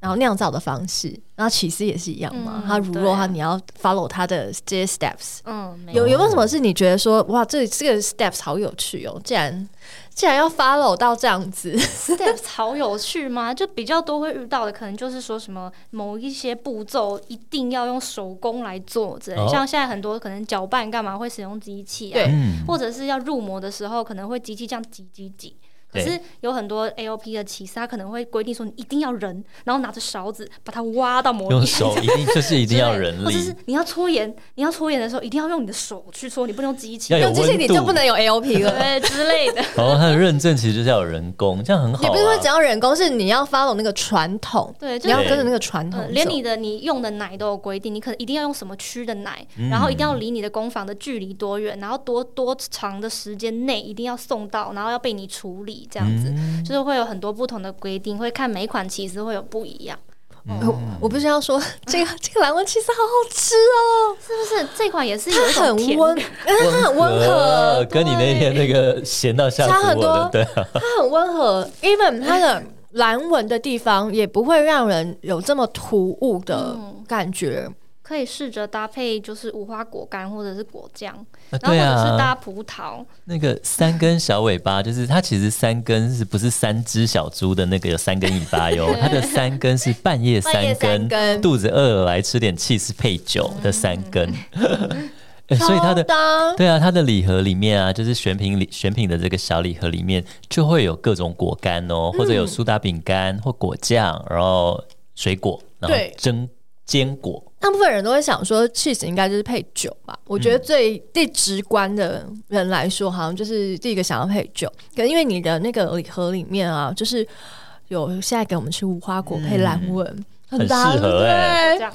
A: 然后酿造的方式，然后起司也是一样嘛。
C: 嗯
A: 它如
C: 对
A: 若
C: 啊
A: 它你要 follow 它的这些 steps，
C: 嗯，
B: 哦
C: 没
A: 有有没有什么是你觉得说哇，这这个 steps 好有趣哦？竟然竟然要 follow 到这样
C: [LAUGHS]
A: 子，
C: steps 好有趣吗？就比较多会遇到的，可能就是说什么某一些步骤一定要用手工来做之类，
B: 哦
C: 像现在很多可能搅拌干嘛会使用机器啊
A: 对，
B: 嗯，
C: 或者是要入模的时候可能会机器这样挤挤挤。可
B: 对
C: 是有很多 A O P 的骑士，他可能会规定说你一定要人，然后拿着勺子把它挖到模
B: 用
C: 里，
B: 手一定就是一定要
C: 对
B: 人
C: [LAUGHS] 或者
B: 力
C: 是，你要搓盐，你要搓盐的时候一定要用你的手去搓，你不能用机器
B: 要，有
A: 用机器
B: 温
A: 你
B: 度
A: 就不能有 AOP 了。
C: [LAUGHS] 对之
A: [LAUGHS]
C: 类的。
B: 然后它的认证其实就是要有人工，这样很好、啊。
A: 也不是说只要人工，是你要 follow 那个传统，
C: 对，就
A: 你
C: 是
A: 要跟着那个传统
C: 呃
A: 走。，
C: 连你的你用的奶都有规定，你可能一定要用什么区的奶，
B: 嗯
C: 然后一定要离你的工坊的距离多远，然后多多长的时间内一定要送到，然后要被你处理，这样子、
B: 嗯
C: 就是会有很多不同的规定，会看每一款其实会有不一样，
B: 嗯
A: 我我不是要说这个 [LAUGHS] 这个蓝纹其实好好吃哦，
C: 是不是？这款也是有
A: 它
C: 一种
A: 很
C: 甜
A: 温， [LAUGHS] 它很温和，
B: 跟你那天那个咸到吓
A: 差
B: 死
A: 很
B: 我的，
A: 多
B: 对啊，
A: 它很温和，even 它的蓝纹的地方也不会让人有这么突兀的感觉。
C: 可以试着搭配就是无花果干或者是果酱，
B: 啊
C: 然后或
B: 对
C: 者是搭
B: 啊，
C: 葡萄，
B: 那个三根小尾巴，就是它其实三根是不是三只小猪的那个有三根尾巴
A: [LAUGHS]
B: 哟？它的三根是半夜
A: 半夜
B: 三
A: 三
B: 根，
A: 更
B: 肚子饿了来吃点 cheese 配酒的三
A: [LAUGHS]
B: 根，哎 [LAUGHS] 所以它的
A: 超搭
B: 对啊，它的礼盒里面啊，就是选品里选品的这个小礼盒里面，就会有各种果干
A: 嗯
B: 哦，或者有苏打饼干或果酱，然后水果，然后
A: 对
B: 蒸坚果，
A: 大部分人都会想说，cheese 应该就是配酒吧。我觉得最
B: 嗯
A: 最直观的人来说，好像就是第一个想要配酒。可是因为你的那个礼盒里面啊，就是有现在给我们吃无花果配蓝纹，
B: 嗯很
A: 搭
B: 适合
A: 对
B: 欸
C: 这样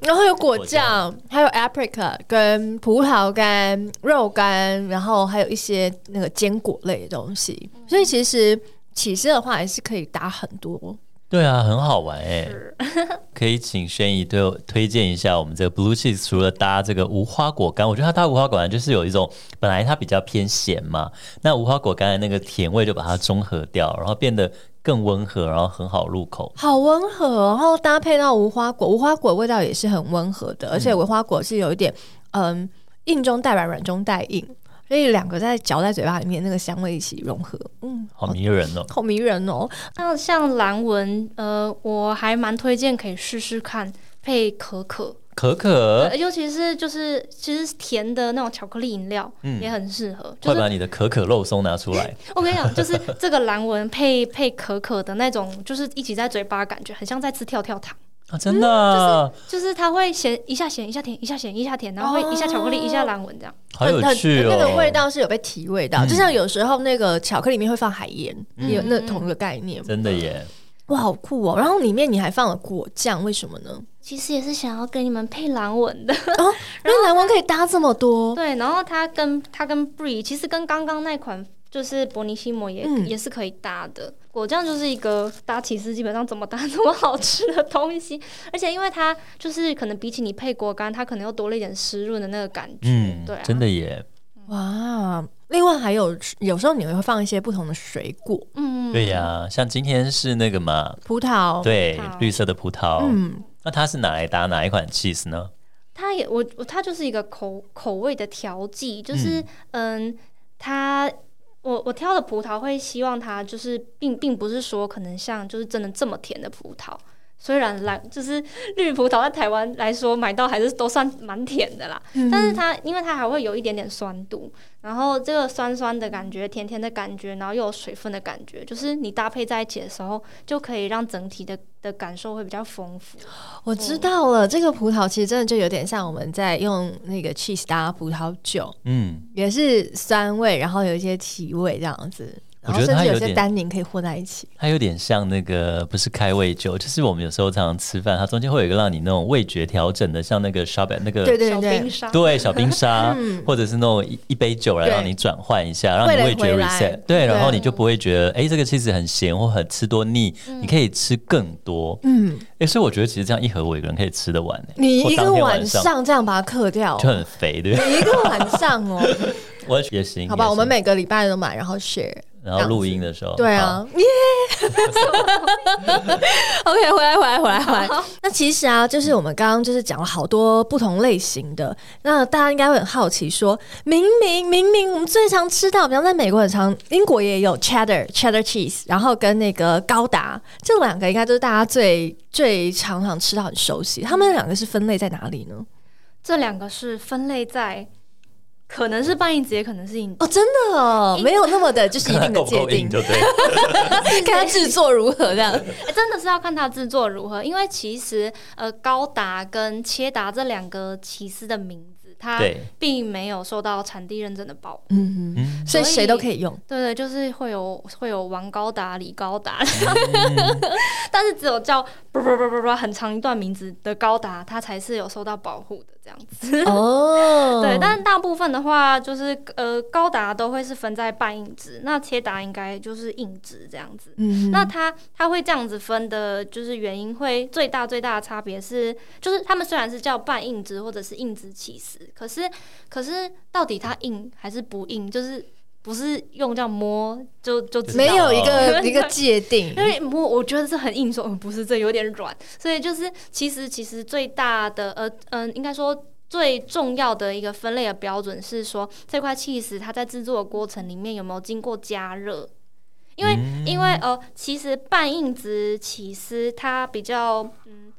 A: 然后有果
B: 果
A: 酱，还有 apricot 跟葡萄干、肉干，然后还有一些那个坚果类的东西。所以其实起司的话，也是可以搭很多。
B: 对啊，很好玩哎、 [LAUGHS] 可以请轩怡对我推荐一下我们这个 blue cheese，除了搭这个无花果干，我觉得它搭无花果干就是有一种本来它比较偏咸嘛，那无花果干的那个甜味就把它中和掉，然后变得更温和，然后很好入口。
A: 好温和，哦然后搭配到无花果，无花果味道也是很温和
B: 嗯
A: 的，而且无花果是有一点，嗯，硬中带软，软中带硬，所以两个在嚼在嘴巴里面，那个香味一起融合，嗯，
B: 好迷人哦！
A: 好迷人哦。
C: 那像蓝纹，呃，我还蛮推荐可以试试看配可可，
B: 可可
C: 呃尤其是就是其实甜的那种巧克力饮料、
B: 嗯
C: 也很适合。就
B: 快把
C: 是
B: 你的可可肉松拿出 [LAUGHS] 来，
C: 我跟你讲，就是这个蓝纹配 [LAUGHS] 配可可的那种，就是一起在嘴巴，感觉很像在吃跳跳糖，
B: 啊、真的啊、
C: 就是它会咸一下咸一下甜一下咸一下甜，然后会一下巧克力一下蓝纹这样。
B: 好有趣哦！
A: 那个味道是有被提味道，
B: 嗯
A: 就像有时候那个巧克力里面会放海盐，
B: 嗯
A: 也有那同一个概念。
B: 真的耶，
A: 哇，好酷哦！然后里面你还放了果酱，为什么呢？
C: 其实也是想要给你们配蓝纹的， [LAUGHS]
A: 哦，因为蓝纹可以搭这么多，
C: 对。然后它跟它跟 Brie 其实跟刚刚那款就是伯尼西摩也、
A: 嗯
C: 也是可以搭的。果酱就是一个搭起司基本上怎么搭怎么好吃的东西， [LAUGHS] 而且因为它就是可能比起你配果干，它可能又多了一点湿润的那个感觉，
B: 嗯，
C: 对、啊，
B: 真的耶，
A: 哇！另外还有，有时候你会放一些不同的水果，
C: 嗯，嗯，
B: 对呀、像今天是那个嘛，
A: 葡萄，
B: 对
C: 葡萄，
B: 绿色的哦葡萄。
A: 嗯，
B: 那它是拿来搭哪一款 cheese 呢？
C: 它也我我它就是一个口口味的调剂，就是嗯它我我挑的葡萄会希望它就是并并不是说可能像就是真的这么甜的葡萄，虽然蓝就是 [LAUGHS] 绿葡萄在台湾来说买到还是都算蛮甜的啦，
A: 嗯
C: 但是它因为它还会有一点点酸度，然后这个酸酸的感觉、甜甜的感觉，然后又有水分的感觉，就是你搭配在一起的时候，就可以让整体的的感受会比较丰富。
A: 我知道了。这个葡萄其实真的就有点像我们在用那个 cheese 搭葡萄酒，
B: 嗯，
A: 也是酸味，然后有一些提味这样子，
B: 我
A: 然后
B: 觉得
A: 甚
B: 它
A: 至
B: 有
A: 些
B: 点
A: 单宁可以和在一起。
B: 它有点像那个不是开胃酒，就是我们有时候常常吃饭，它中间会有一个让你那种味觉调整的，像那个 s h a b 那个
A: 对对
C: 小
A: 对
C: 冰，沙，
B: 对小冰沙，
A: 嗯
B: 或者是那种一一杯酒来
A: 对
B: 让你转换一下，让
A: 味
B: 你
A: 蕾
B: 味觉
A: 回来
B: reset，对，然后
A: 对
B: 你就不会觉得哎、诶这个 cheese 很咸或很吃多腻，你可以吃更多。
A: 嗯，
B: 哎、所以我觉得其实这样一盒我一个人可以吃得完、诶
A: 你
B: 或
A: 一
B: 当
A: 个
B: 天
A: 晚
B: 上
A: 上这样把它克掉，哦
B: [LAUGHS] 就很肥，对不对？
A: 你一个晚上哦，
B: 我也行，
A: 好吧，
B: 也
A: 我们
B: 行
A: 每个礼拜都买，然后 share。
B: 然后录音的时候，
A: 对
B: 好
A: 啊，耶！OK，回来，回来，回来，回来。那其实啊，就是我们刚刚就是讲了好多不同类型的，那大家应该会很好奇说，明明明明我们最常吃到，比方在美国很常，英国也有 cheddar cheddar cheese，然后跟那个高达这两个应该都是大家最最常常吃到很熟悉，他们两个是分类在哪里呢？
C: 这两个是分类在，可能是半硬直，也可能是硬。
A: 哦，真的哦，没有那么的，就是一定的
B: [LAUGHS] 够不
A: 界
B: 够
A: 定
B: 硬，就对了。
A: [LAUGHS] 看它制作如何这样。
C: 诶真的是要看它制作如何，因为其实呃，高达跟切达这两个起司的名字，它
B: 对
C: 并没有受到产地认证的保护。
A: [LAUGHS] 嗯哼，
B: 嗯，
A: 所以
C: 所以
A: 谁都可以用。
C: 对对，就是会有会有王高达、李高达， [LAUGHS] 但是只有叫不不不不不很长一段名字的高达，它才是有受到保护的这样子。
A: [LAUGHS] 哦，
C: 对，但大部分的话就是呃，高达都会是分在半硬值，那切达应该就是硬值这样子。
A: 嗯
C: 那它它会这样子分的，就是原因会最大最大的差别是，就是他们虽然是叫半硬值或者是硬值起司，可是可是到底它硬还是不硬，就是不是用叫摸就就知道
A: 没有一个
C: [LAUGHS] 哦
A: 一个界定
C: 因。为摸我觉得是很硬，说嗯不是，这有点软，所以就是其实其实最大的呃嗯、应该说。最重要的一个分类的标准是说，这块 cheese 它在制作的过程里面有没有经过加热？因为、因为呃，其实半硬质起司它比较嗯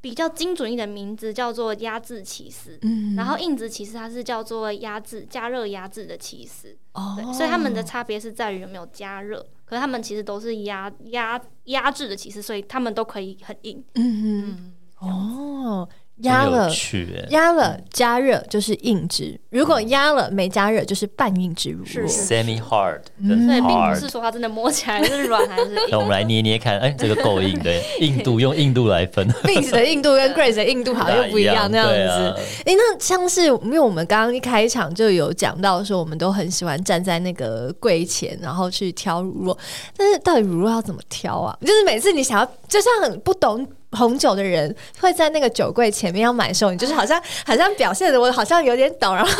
C: 比较精准一点，名字叫做压制起司，
A: 嗯
C: 然后硬质起司它是叫做压制加热压制的起司。
A: 哦
C: 对，所以他们的差别是在于有没有加热。可是他们其实都是压
B: 嗯
C: 压压制的，其实所以他们都可以很硬。
A: 嗯嗯哦，压
B: 很
A: 了
B: 有趣欸
A: 压了加热就是硬质，如果压了没加热就是半硬质乳
C: 是
A: 酪。
C: 是
B: semi hard
A: 嗯
B: 跟
C: 所以并不
B: hard
C: 是。说它真的摸起来是软还是
B: [LAUGHS]
C: 硬。
B: 那我们来捏捏看，哎，这个够硬
A: [LAUGHS]
B: 对，硬度用硬度来分，
A: Vince 的硬度
C: [LAUGHS]
A: 跟
C: 啊
A: Grace 的硬度好像又不一样那样
B: 对
A: 子。
B: 啊
A: 诶，那像是因为我们刚刚一开场就有讲到说，我们都很喜欢站在那个柜前，然后去挑乳酪。但是到底乳酪要怎么挑啊？就是每次你想要，就像很不懂红酒的人会在那个酒柜前面要买的时候，你就是好像好像表现的我好像有点懂，然后 [LAUGHS]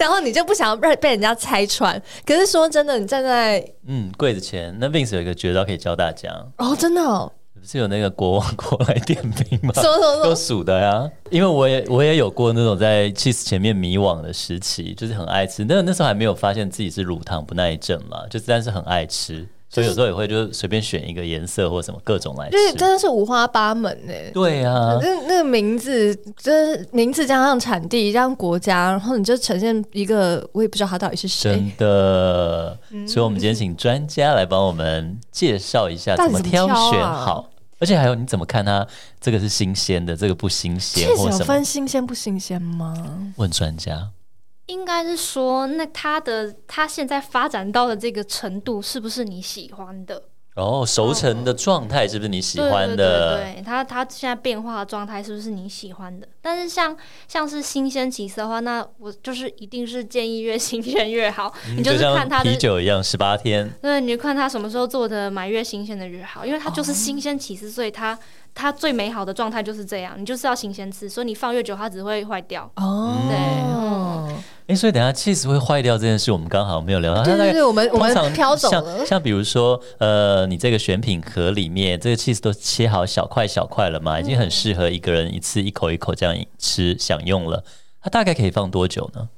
A: 然后你就不想要被被人家拆穿。可是说真的，你站在
B: 嗯，柜子前，那 Vince 有一个绝招可以教大家，
A: 哦，真的哦，
B: 不是有那个国王 [LAUGHS] 过来点名吗？
A: 什么什么什
B: 都
A: 么
B: 数的呀，因为我也我也有过那种在 cheese 前面迷惘的时期，就是很爱吃。那那时候还没有发现自己是乳糖不耐症嘛，就是但是很爱吃，所以有时候也会就随便选一个颜色或什么各种来
A: 就是真
B: 吃。
A: 的是五花八门呢、
B: 对啊，
A: 那那个名字，就是名字加上产地，加上国家，然后你就呈现一个我也不知道他到底是谁
B: 真，的。所以，我们今天请专家来帮我们介绍一下
A: 到底
B: 怎么
A: 怎么挑
B: 挑
A: 啊
B: 选好，而且还有你怎么看它这个是新鲜的，这个不新鲜
A: 确实
B: 或
A: 有
B: 什么
A: 分？新鲜不新鲜吗？
B: 问专家。
C: 应该是说，那它的它现在发展到的这个程度，是不是你喜欢的？
B: 哦，熟成的状态是不是你喜
C: 对
B: 欢的？
C: 对对对，它它现在变化的状态是不是你喜欢的？但是像像是新鲜起司的话，那我就是一定是建议越新鲜越好，
B: 嗯
C: 你就是
B: 像
C: 看它的
B: 啤。酒一样，十八天。
C: 对，你就看它什么时候做的，买越新鲜的越好，因为它就是新鲜起司，所以它它最美好的状态就是这样，你就是要新鲜吃，所以你放越久它只会坏掉。嗯对
A: 哦
C: 嗯，
B: 哎、所以等一下 cheese 会坏掉这件事，我们刚好没有聊到。
A: 对
B: 它大
A: 对
B: 概
A: 对，我们我
B: 通常
A: 们飘走了
B: 像。像比如说，呃，你这个选品盒里面，这个 cheese 都切好小块小块了嘛，已
A: 嗯
B: 经很适合一个人一次一口一口这样吃享用了。它大概可以放多久呢？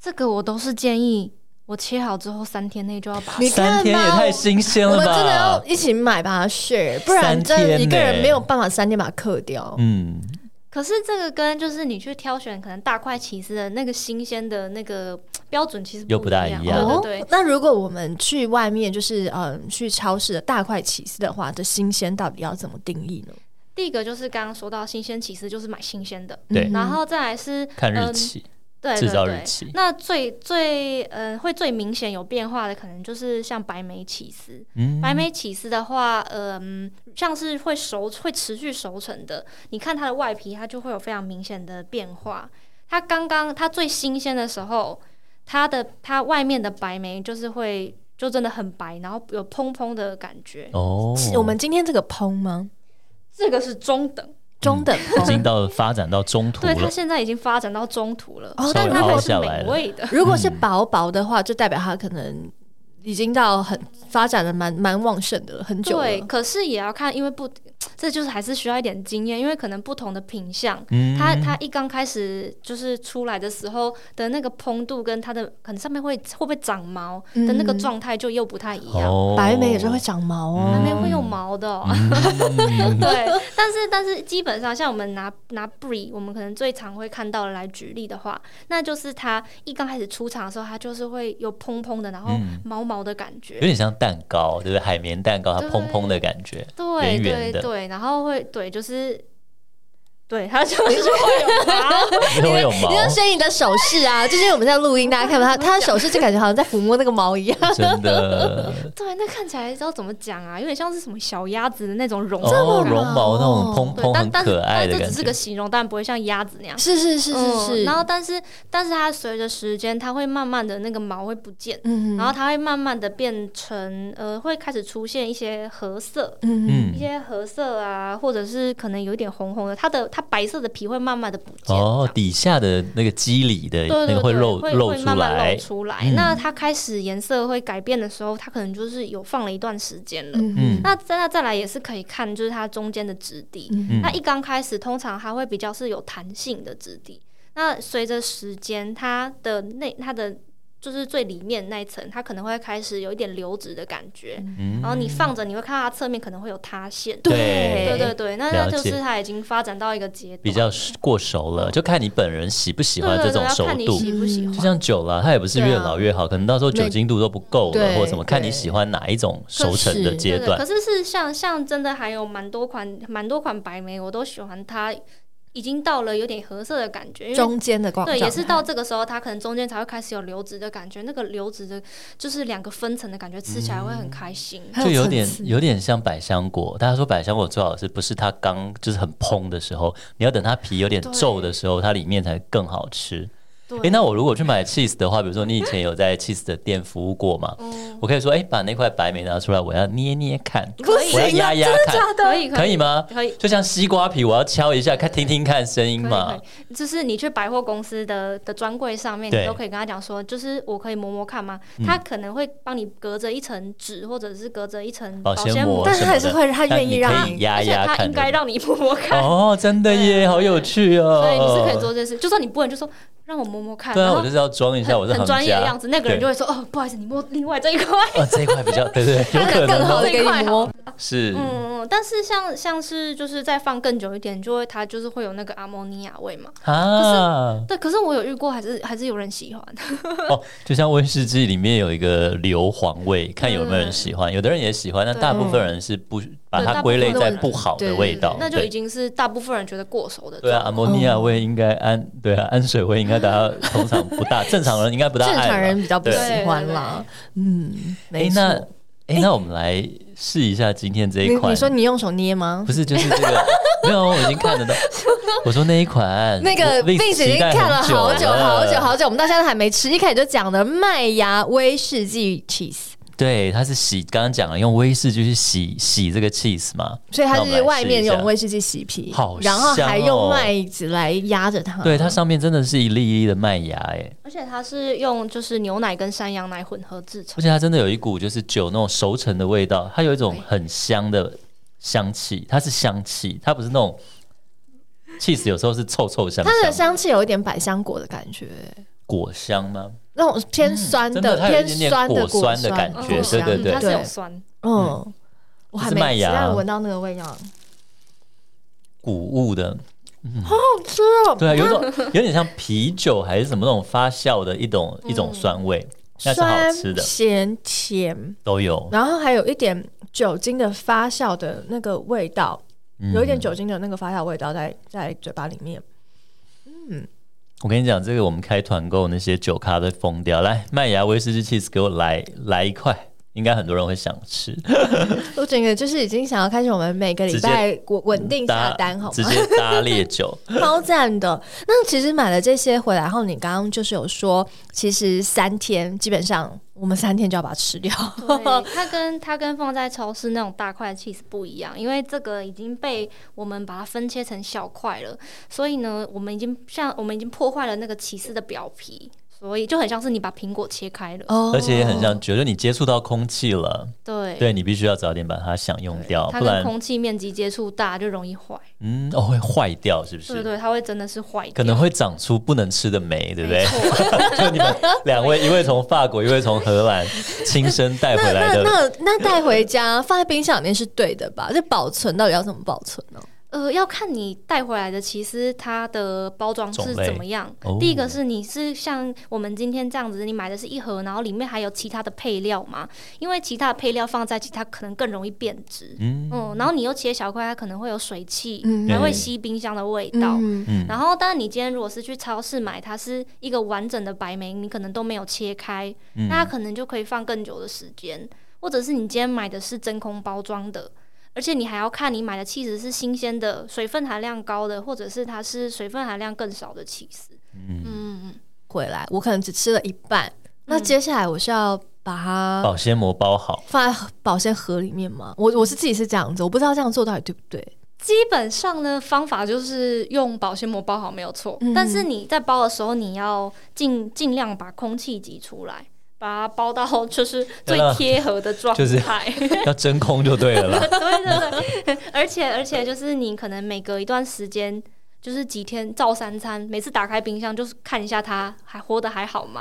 C: 这个我都是建议，我切好之后三天内就要把它
A: 你看吧
B: 三天也太新鲜
A: 我
B: 了
A: 们真的
B: 吧
A: 要！一起买把它 share，不然真的一个人没有办法三天把它克掉。
B: 嗯，
C: [LAUGHS] 可是这个跟就是你去挑选可能大块起司的那个新鲜的那个标准其实
B: 又不大
C: 一
B: 一样
C: 对
A: 哦
C: 对对。，
A: 那如果我们去外面，就是嗯，去超市的大块起司的话，这新鲜到底要怎么定义呢？
C: 第一个就是刚刚说到新鲜起司，就是买新鲜的，
B: 对
A: 嗯
C: 然后再来是
B: 看日
C: 嗯
B: 期，
C: 对
B: 制
C: 对
B: 造日
C: 对。
B: 期。
C: 那最最呃会最明显有变化的，可能就是像白眉起司。
B: 嗯
C: 白眉起司的话，嗯、像是会熟会持续熟成的，你看它的外皮，它就会有非常明显的变化。它刚刚它最新鲜的时候，它的它外面的白眉就是会就真的很白，然后有蓬蓬的感觉。
B: 哦，
A: 是我们今天这个烹吗？
C: 这个是中等，
A: 中等
B: 已
A: 烹
B: 经。到了发展到中途
C: 对，它
B: 了。
C: 现在已经发展到中途了，
A: 哦稍
C: 但
A: 微
C: 它
A: 凹
C: 还是
B: 下来
C: 美
B: 了
C: 味的。
A: [LAUGHS] 如果是薄薄的话，就代表它可能已经到很发展的蛮蛮旺盛的了很久
C: 对，
A: 了。
C: 可是也要看，因为不，这就是还是需要一点经验，因为可能不同的品相，
B: 嗯
C: 它它一刚开始就是出来的时候的那个蓬度跟它的可能上面会会不会长毛的那个
A: 嗯
C: 状态就又不太一样。
B: 哦
A: 白眉也是会长毛
C: 里
A: 哦，
C: 面会有毛的、哦， [LAUGHS]
B: 嗯
A: [LAUGHS]
C: 对，但是但是基本上像我们拿拿 brie，我们可能最常会看到的来举例的话，那就是它一刚开始出场的时候，它就是会有蓬蓬的，然后
B: 嗯
C: 毛毛的感觉，
B: 有点像蛋糕，对不对？海绵蛋糕，它
C: 对
B: 蓬蓬的感觉。
C: 对
B: 圆圆的
C: 对对，然后会对就是。 [LAUGHS] 对，它就是会 [LAUGHS] 有毛，
B: 你会有毛
A: 你，要学你的手势啊，就是因为我们在录音，大家看不到他，他的手势就感觉好像在抚摸那个毛一样。
B: 真
C: [LAUGHS]
B: 的
C: 对，那看起来知道怎么讲啊，有点像是什么小鸭子的那种绒
B: 哦，
C: 感
B: 绒毛那种蓬
C: 对，
B: 蓬
C: 但
B: 很
C: 但是
B: 可爱
C: 但
B: 的
C: 这
B: 感
C: 只是个
B: 觉。
C: 形容，但不会像鸭子那样。
A: [LAUGHS] 是是是是
C: 嗯
A: 是，
C: 然后但是但是它随着时间，它会慢慢的那个毛会不见，
A: 嗯
C: 然后它会慢慢的变成呃，会开始出现一些褐色。
A: 嗯
C: 一
B: 嗯，
C: 些褐色啊，或者是可能有点红红的，它的它白色的皮会慢慢的不见，
B: 哦，底下的那个肌理的
C: 这样
B: 那个
C: 对对对，
B: 露
C: 会
B: 露
C: 会
B: 出
C: 慢慢
B: 来
C: 露，出来。
B: 嗯
C: 那它开始颜色会改变的时候，它可能就是有放了一段时间了。
A: 嗯
C: 那再那再来也是可以看，就是它中间的质地。
A: 嗯
C: 那一刚开始，通常它会比较是有弹性的质地。那随着时间，它的内它的就是最里面那一层，它可能会开始有一点流质的感觉。
B: 嗯
C: 然后你放着，你会看到它侧面可能会有塌陷。
B: 对
C: 对对对，那那
B: 了
C: 就
B: 解
C: 是它已经发展到一个阶段，
B: 比较过熟了，就看你本人喜不喜
C: 对
B: 欢
C: 嗯对
B: 这
C: 对，
B: 种
C: 要
B: 熟
C: 看你
B: 度。
C: 喜不喜
A: 嗯
C: 欢
B: 就。像酒啦，它也不是越
C: 对啊
B: 老越好，可能到时候酒精度都不够了，
A: 对
B: 或者什么，看你
A: 对
B: 喜欢哪一种熟成
A: 可
B: 的
A: 是
B: 阶
C: 对对
B: 段
C: 可。是是像像真的还有蛮多款蛮多款白梅，我都喜欢它。已经到了有点褐色的感觉，因为
A: 中间的光
C: 对，也是
A: 状态
C: 到这个时候，它可能中间才会开始有流质的感觉，那个流质的，就是两个分层的感觉，吃起来会很开心。
A: 很
B: 就有
A: 层
B: 点
A: 次
B: 有点像百香果。大家说百香果最好吃，不是它刚就是很蓬的时候，你要等它皮有点
C: 对
B: 皱的时候，它里面才更好吃。
C: 对，
B: 诶，那我如果去买 cheese 的话，比如说你以前有在 cheese 的店服务过嘛？
C: 嗯
B: 我可以说，诶，把那块白梅拿出来，我要捏捏看，
A: 不
B: 我要
A: 行啊，
B: 压压看，
C: 可以
B: 可以？吗？
C: 可以。
B: 就像西瓜皮，我要敲一下，看听听看声音
C: 可以
B: 嘛
C: 可。以，就是你去百货公司的的专柜上面，
B: 对嗯
C: 你都可以跟他讲说，就是我可以摸摸看吗？他可能会帮你隔着一层纸，或者是隔着一层
B: 保鲜
C: 膜，
B: 膜
A: 但
B: 什
A: 他
B: 么
A: 还是
B: 的
A: 会他
B: 但
A: 愿意
B: 你
A: 让
B: 可以
A: 你
B: 压
C: 而且
B: 压
C: 他
B: 看
C: 应
B: 的
C: 该让你 [LAUGHS] 摸摸看。
B: 哦，真的耶，好有趣哦。
C: 所以你是可以做这件事，就算你不能就说让我摸摸看，
B: 对
C: 然
B: 啊，
C: 后
B: 我就是要装一下我是
C: 很很
B: 行
C: 专业
B: 家
C: 的样子，那个人
B: 对
C: 就会说哦，不好意思，你摸另外这一块。
B: 哦，这一块比较对
C: [LAUGHS]
B: 对，对有可能
A: 更好
B: 哦
A: 的给你摸，
B: 是
C: 嗯，嗯但是像像是就是再放更久一点，就会它就是会有那个阿莫尼亚味嘛。
B: 啊，
C: 对，可是我有遇过，还是还是有人
B: [LAUGHS]
C: 喜欢。
B: 哦，就像威士忌里面有一个硫磺味，看有没有人喜欢，有的人也喜欢，但
C: 嗯对
B: 大部分人是不把
C: 对
B: 它
C: 大部
B: 归
C: 分
B: 类在
A: 人
B: 不好的味道，
C: 那就已
B: 对。
C: 经是大部分人觉得过熟的
B: 对啊，
C: 状
B: 阿
C: 况。
B: 莫尼亚味应该安，对啊，氨水味应该大家
C: [LAUGHS]
B: 通常不大，正常人应该不大
A: 正
B: 爱吧。
A: 常人比较不
B: 对
A: 喜欢啦。嗯，没
B: 哎，
A: 错。
B: 那哎，那我们来试一下今天这一
A: 你
B: 款。
A: 你说你用手捏吗
B: 不？是，就是这
A: [LAUGHS]
B: 个，没有，我已经看得到。我说那一款，
A: 那个
B: 我
A: Vince 已
B: 期
A: 经
B: 待
A: 看了
B: 很啊
A: 好久
B: 了
A: 好久好久，我们到现在都还没吃。一开始就讲的麦芽威士忌 cheese，
B: 对，它是洗，刚刚讲了用威士忌去洗洗这个 cheese 嘛，
A: 所以
B: 那
A: 它
B: 我
A: 就
B: 们
A: 是
B: 来
A: 外
B: 试一
A: 面
B: 下
A: 用威士忌洗皮，
B: 好
A: 然后还
B: 香哦
A: 用麦子来压着它。
B: 对，它上面真的是一粒一粒的麦芽，哎，
C: 而且它是用就是牛奶跟山羊奶混合制成
B: 而。且它真的有一股就是酒那种熟成的味道，它有一种很香的香气，它是香气，它不是那种 cheese 有时候是臭臭香
A: 它的
B: 香
A: 香气有一点百香果的感觉，
B: 果香吗？
A: 那种偏酸
B: 嗯真的它有一
A: 偏
B: 点点
A: 酸的
B: 果酸的感
A: 酸果
B: 觉对
A: 香
B: 对对
C: 它是有酸，
A: 嗯，我还
B: 是麦
A: 没
B: 芽
A: 吃，但我闻到那个味道，好
B: 谷物的，
A: 好吃哦。
B: 对啊，有一种有点像啤酒还是什么那种发酵的一种一种酸味，那是好吃
A: 嗯酸、
B: 的，
A: 咸、甜，
B: 都有，
A: 然后还有一点酒精的发酵的那个味道，
B: 嗯
A: 有一点酒精的那个发酵味道在在嘴巴里面。
B: 我跟你讲，这个我们开团购那些酒咖都疯掉。来，麦芽威士忌 cheese 给我来来一块，应该很多人会想吃。
A: 我整个就是已经想要开始我们每个礼拜稳稳定下单，好
B: 直
A: 吗？哦
B: 接搭
A: [LAUGHS]
B: 烈酒，
A: 超赞的。那其实买了这些回来后，你刚刚就是有说，其实三天基本上我们三天就要把它吃掉。
C: 对，
B: [LAUGHS]
C: 它跟它跟放在超市那种大块的 cheese 不一样，因为这个已经被我们把它分切成小块了，所以呢，我们已经像我们已经破坏了那个起司的表皮，所以就很像是你把苹果切开了。
A: [LAUGHS] 哦
B: 而且也很像，觉得你接触到空气了，
C: 对，
B: 对你必须要早点把它享用掉，
C: 它
B: 不
C: 跟
B: 然
C: 空气面积接触大就容易坏。
B: 嗯哦会坏掉，是不
C: 对
B: 是？
C: 对，它会真的是坏掉，
B: 可能会长出不能吃的霉，对不对
C: 没？错。
B: [LAUGHS] 就你们两位，一位从法国，一位从荷兰，亲身带回来
A: 那
B: 的。
A: 那那带回家放在冰箱里面是对的吧？这保存到底要怎么保存呢？
C: 呃，要看你带回来的，其实它的包装
B: 种
C: 是
B: 类
C: 怎么样。
B: 哦
C: 第一个是你是像我们今天这样子，你买的是一盒，然后里面还有其他的配料嘛？因为其他的配料放在一起，它可能更容易变质。
B: 嗯
C: 嗯，然后你又切小块，它可能会有水汽，
A: 嗯
C: 还会
B: 对
C: 吸冰箱的味道。
A: 嗯，
B: 嗯，
C: 然后，但是你今天如果是去超市买，它是一个完整的白梅，你可能都没有切开，
B: 嗯
C: 那它可能就可以放更久的时间，或者是你今天买的是真空包装的，而且你还要看你买的气质是新鲜的、水分含量高的，或者是它是水分含量更少的起司。
B: 嗯，
C: 嗯嗯，
A: 回来我可能只吃了一半，那接下来我是要把它
B: 保鲜膜包
A: [LAUGHS]
B: 好。
A: 放在保鲜盒里面吗？我我是自己是这样子，我不知道这样做到底对不对。
C: 基本上呢，方法就是用保鲜膜包好没有错，
A: 嗯
C: 但是你在包的时候，你要尽尽量把空气挤出来。把它包到就是最
B: 要让
C: 贴合的状态，
B: 就是要真空就对了啦。
C: 对对对，而且而且就是你可能每隔一段时间，就是几天照三餐，每次打开冰箱就是看一下它还活得还
A: [LAUGHS]
C: 好吗？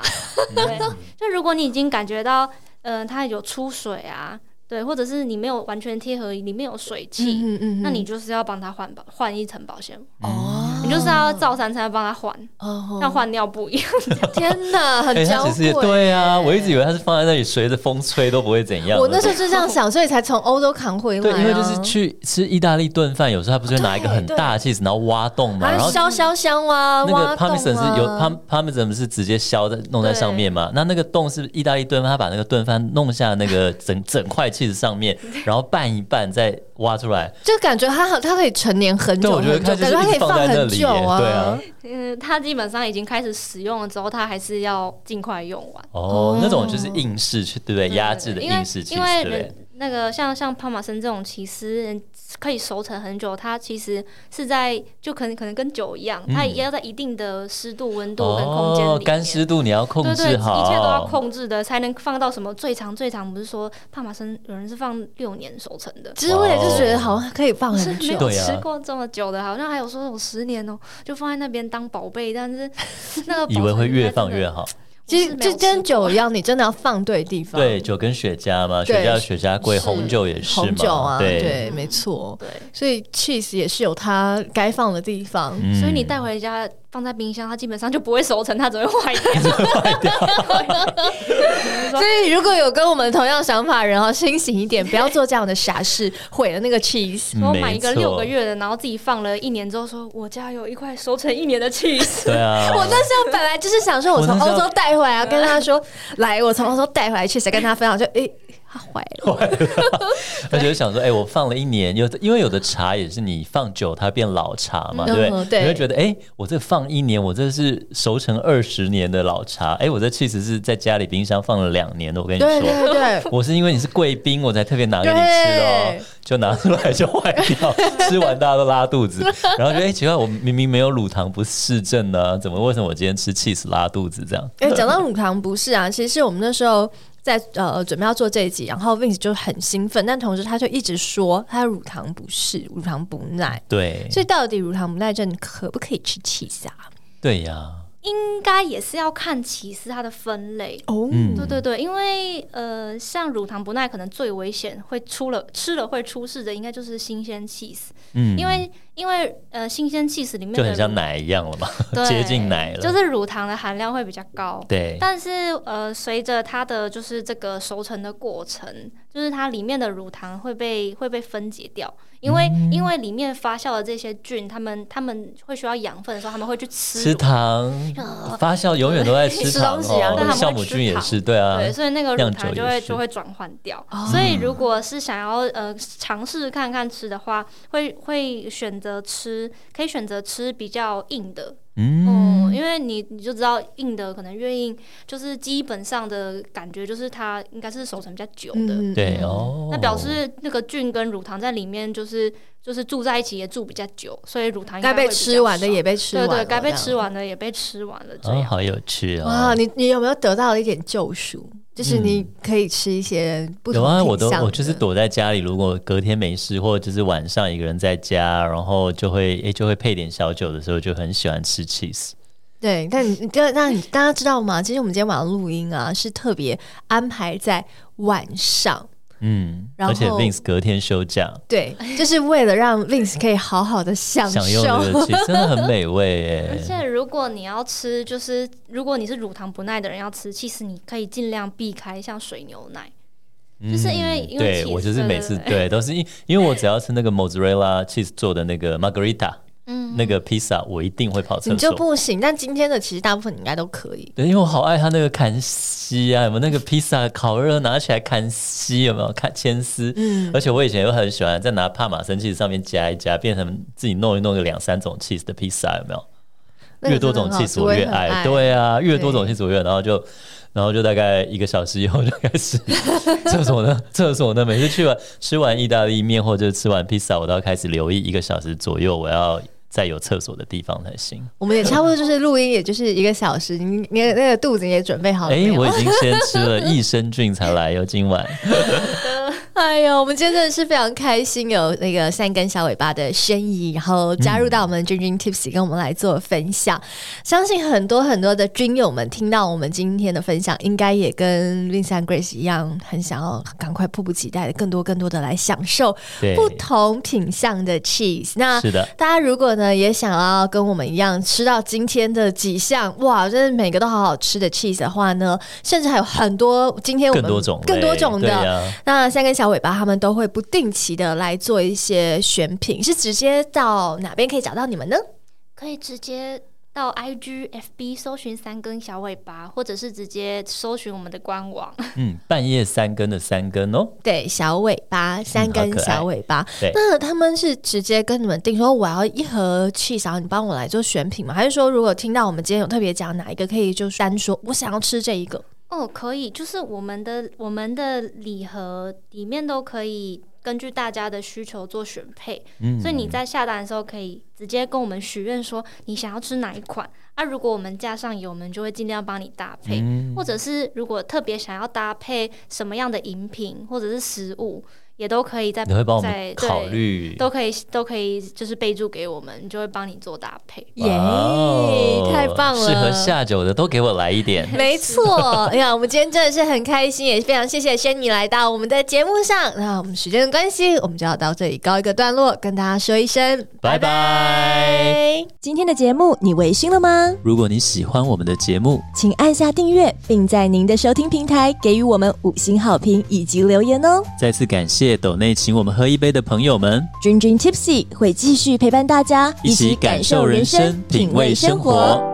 C: 对，就如果你已经感觉到，嗯、它有出水啊，对，或者是你没有完全贴合，里面有水汽，
A: 嗯嗯
C: 那你就是要帮它换保换一层保鲜膜，
A: 哦
C: 你就是要照三餐帮它换。
A: 哦
C: 像换尿布一样。
A: [LAUGHS]
C: [LAUGHS]
A: 天哪，很
B: 哎，
A: 娇
B: 它其实也
A: 贵。
B: 对啊，我一直以为它是放在那里，随着风吹都不会怎样的。
A: 我那时候就这样想，所以才从欧洲扛回来、
B: 对
A: 啊。，
B: 因为就是去吃意大利炖饭，有时候他不是会拿一个很
A: 对
B: 大的 cheese，然后挖洞嘛，
A: 还
B: 然后
A: 有削削香啊，
B: 那个
A: 挖洞
B: parmesan
A: 啊
B: 是有 parm parmesan 是直接削在弄在上面嘛？那那个洞是意大利炖饭，他把那个炖饭弄下那个整整块 cheese 上面，然后拌一拌再挖出来。
A: 就感觉它好，它可以陈年很
B: 对，
A: 久
B: 我觉得
A: 很久，
B: 它就
A: 感觉它
B: 是一
A: 可以
B: 直放在那
A: 很
B: 里
A: 久
B: 耶，对啊。
C: 嗯，它基本上已经开始使用了之后，它还是要尽快用完。
B: 哦，那种就是应试去，对不对？
C: 对
B: 压制的
C: 因为
B: 应试 cheese，
C: 因为
B: 对不对？
C: 人那个像像帕玛森这种，其实可以熟成很久，它其实是在就可能可能跟酒一样，它
B: 嗯
C: 也要在一定的湿度、温度跟空间里
B: 哦，
C: 面。
B: 干湿度你要控
C: 对对，
B: 制
C: 一
B: 好，
C: 切都要控制的，才能放到什么最长最长，不是说帕玛森有人是放六年熟成的，
A: 只是为了就觉得好
B: 哦
A: 像可以放
C: 我是
A: 很
C: 没
A: 久，
C: 有
B: 对啊
C: 吃过这么久的，好像还有说有十年哦、就放在那边当宝贝，但是那个
B: 以为会越放越
C: 好，
B: 好。
A: 其实
C: 我是没有
A: 就跟
C: 吃过
A: 酒一样，你真的要放对地方。
B: 对，，酒跟雪茄嘛，雪
A: 对
B: 茄有雪茄贵，
A: 是
B: 红酒也是嘛，
A: 红酒啊，
B: 对。
A: 对，没错。
C: 对。
A: 所以 cheese 也是有它该放的地方。
B: 嗯
C: 所以你带回家放在冰箱，它基本上就不会熟成，它只会坏掉。
A: 所以如果有跟我们同样想法的人哦，清醒一点，不要做这样的傻事，毁了那个 cheese。
C: 我
B: 嗯没
C: 买一个
B: 错
C: 六个月的，然后自己放了一年之后说我家有一块熟成一年的 cheese，
B: 对啊，
A: [LAUGHS] 我那时候本来就是想说，我从
B: 我那时候
A: 欧洲带回来，要跟他说，来，我从欧洲带回来 cheese，跟他分享，就诶，它坏哦了。
B: [LAUGHS] 而且就想说，哎、我放了一年，有的因为有的茶也是你放久它变老茶嘛，
A: 嗯
B: 对不对？
A: 对
B: 你会觉得，哎、我这放一年，我这是熟成二十年的老茶，哎、我这其实是在家里冰箱放了两年的。我跟你
A: 对
B: 说，
A: 对对，
C: [LAUGHS]
B: 我是因为你是贵宾，我才特别拿给你吃的哦
A: 对，
B: 就拿出来就坏
C: [LAUGHS]
B: 掉，吃完大家都拉肚子，然后觉得，哎、奇怪，我明明没有乳糖不适症呢、怎么为什么我今天吃 cheese 拉肚子这样？
A: 哎、讲到乳糖不是啊，其实是我们那时候在呃准备要做这一集，然后 Vince 就很兴奋，但同时他就一直说他乳糖不适、乳糖不耐。
B: 对，
A: 所以到底乳糖不耐症可不可以吃 cheese 啊？
B: 对呀、
C: [LAUGHS] 应该也是要看起司它的分类。
A: 哦，
B: 嗯，
C: 对对对，因为呃，像乳糖不耐可能最危险，会出了吃了会出事的，应该就是新鲜 cheese，、
B: 嗯
C: 因为因为呃，新鲜 cheese 里面
B: 就
C: 的
B: 很像
C: 乳
B: 奶一样了嘛，
C: 对
B: 接近奶了，
C: 就是乳糖的含量会比较高。
B: 对。
C: 但是呃，随着它的就是这个熟成的过程，就是它里面的乳糖会被会被分解掉，因为、因为里面发酵的这些菌，它们它们会需要养分的时候，他们会去吃
B: 吃
C: 乳
B: 糖，发酵永远都在吃
A: 吃
C: [LAUGHS]
B: 糖
A: 东西啊对他们。
B: 哦
C: 会
B: 酵母
C: 吃
B: 菌也
C: 糖
B: 是，对啊，
C: 对，所以那个乳
B: 酿酒
C: 糖就
B: 也
C: 会
B: 是
C: 就会转换掉。
A: 哦
C: 所以如果是想要呃尝试看看吃的话，会会选择吃，可以选择吃比较硬的，
B: 嗯，
C: 嗯，因为你你就知道硬的可能越硬，就是基本上的感觉就是它应该是熟成比较久的。
A: 嗯
B: 对哦。
C: 那表示那个菌跟乳糖在里面，就是就是住在一起也住比较久，所以乳糖应
A: 该
C: 会
A: 被
C: 比较
A: 吃完的
C: 少
A: 也被吃完
C: 对
A: 了，
C: 对，该被吃
A: 完。
C: 完的也被吃完了，这
B: 哦，
C: 样、
B: 好有趣
A: 哇，
B: 哦。
A: 你你有没有得到了一点救赎？就是你可以吃一些不同
B: 嗯有啊，
A: 品
B: 我都
A: 相
B: 我就是
A: 的
B: 躲在家里，如果隔天没事，或者就是晚上一个人在家，然后就会诶、就会配点小酒的时候，就很喜欢吃 cheese。
A: 对，但你你知道那你大家知道吗？其实我们今天晚上录音啊，是特别安排在晚上，
B: 嗯，
A: 然
B: 而且
A: 后
B: Vince 隔天休假，
C: [LAUGHS]
A: 对，
C: 哎
A: 就是为了让 Vince 可以好好的享受。
B: 享用这个 cheese 真的很美味耶
C: 而。且如果你要吃，就是如果你是乳糖不耐的人要吃，其实你可以尽量避开像水牛奶， [LAUGHS] 就是因为
B: 嗯
C: 因为
B: 对
C: cheese，
B: 我就是
C: 对
B: 每
C: 对
B: 次
C: 对
B: 对都是因因为我只要吃那个 mozzarella cheese 做的那个 margarita，
C: 嗯
B: 那个披萨我一定会跑
A: [LAUGHS] 你
B: 厕
A: 就
B: 所。
A: 不行，但今天的其实大部分你应该都可以。
B: 对，因为我好爱它那个砍丝啊，有没有那个披萨烤热拿起来砍丝，有没有砍牵丝？
A: 嗯
B: 而且我以前又很喜欢再拿帕玛森 cheese 上面加一加，变成自己弄一弄个两三种 cheese 的披萨，有没有？
A: 那个
B: 越多种
A: 真的很好
B: cheese 我越
A: 吃我也很爱
B: 对啊，越多种
A: 对
B: cheese 我越爱，然后就，然后就大概一个小时以后就开
A: [LAUGHS]
B: 始厕所呢，厕所呢，每次去完吃完意大利面或者吃完披萨，我都要开始留意一个小时左右，我要在有厕所的地方才行。
A: 我们也差不多就是录音，也就是一个小时，你你那个肚子也准备好了啊
B: 哎、
A: 没有？
B: 哦我已经先吃了益生菌才来哟，今晚。
A: 哎呦，我们今天真的是非常开心，有那个三根小尾巴的申怡，然后加入到我们君君 Tips 跟我们来做分享。相信很多很多的军友们听到我们今天的分享，应该也跟 Vincent Grace 一样，很想要赶快迫不及待的更多更多的来享受
B: 对，
A: 不同啊品相的 cheese。那
B: 是的，
A: 大家如果呢也想要跟我们一样吃到今天的几项，哇，真的每个都好好吃的 cheese 的话呢，甚至还有很多今天我
B: 更
A: 们
B: 多种类，
A: 更多种
B: 对
A: 的。
B: 呀
A: 那三根小尾巴他们都会不定期的来做一些选品，是直接到哪边可以找到你们呢？
C: 可以直接到 IG、FB 搜寻三根小尾巴，或者是直接搜寻我们的官网。
B: 嗯，半夜三更的三更哦，
A: 对，小尾巴，三根小尾巴。
B: 对
A: 那他们是直接跟你们定说我要一盒 cheese，然后你帮我来做选品吗？还是说如果听到我们今天有特别讲哪一个，可以就是单说我想要吃这一个？
C: 哦，可以，就是我们的我们的礼盒里面都可以根据大家的需求做选配，
B: 嗯，
C: 所以你在下单的时候可以直接跟我们许愿说你想要吃哪一款。啊，如果我们架上有，我们就会尽量帮你搭配。
B: 嗯
C: 或者是如果特别想要搭配什么样的饮品或者是食物，也都可以在
B: 你会帮我
C: 在
B: 们考虑
C: 对，都可以都可以就是备注给我们，就会帮你做搭配。
A: 耶、
B: 哦
A: 太棒了！
B: 适合下酒的都给我来
A: [LAUGHS]
B: 一点。
A: 没错，哎呀，我们今天真的是很开心，也非常谢谢轩尼来到我们的节目上。那我们时间的关系，我们就要到这里告一个段落，跟大家说一声
B: 拜拜。
A: 拜。
D: 今天的节目你微醺了吗？
B: 如果你喜欢我们的节目，
D: 请按下订阅，并在您的收听平台给予我们五星好评以及留言哦。
B: 再次感谢斗内请我们喝一杯的朋友们，
D: 君君 Tipsy 会继续陪伴大家，
B: 一起感受人生，品味生活。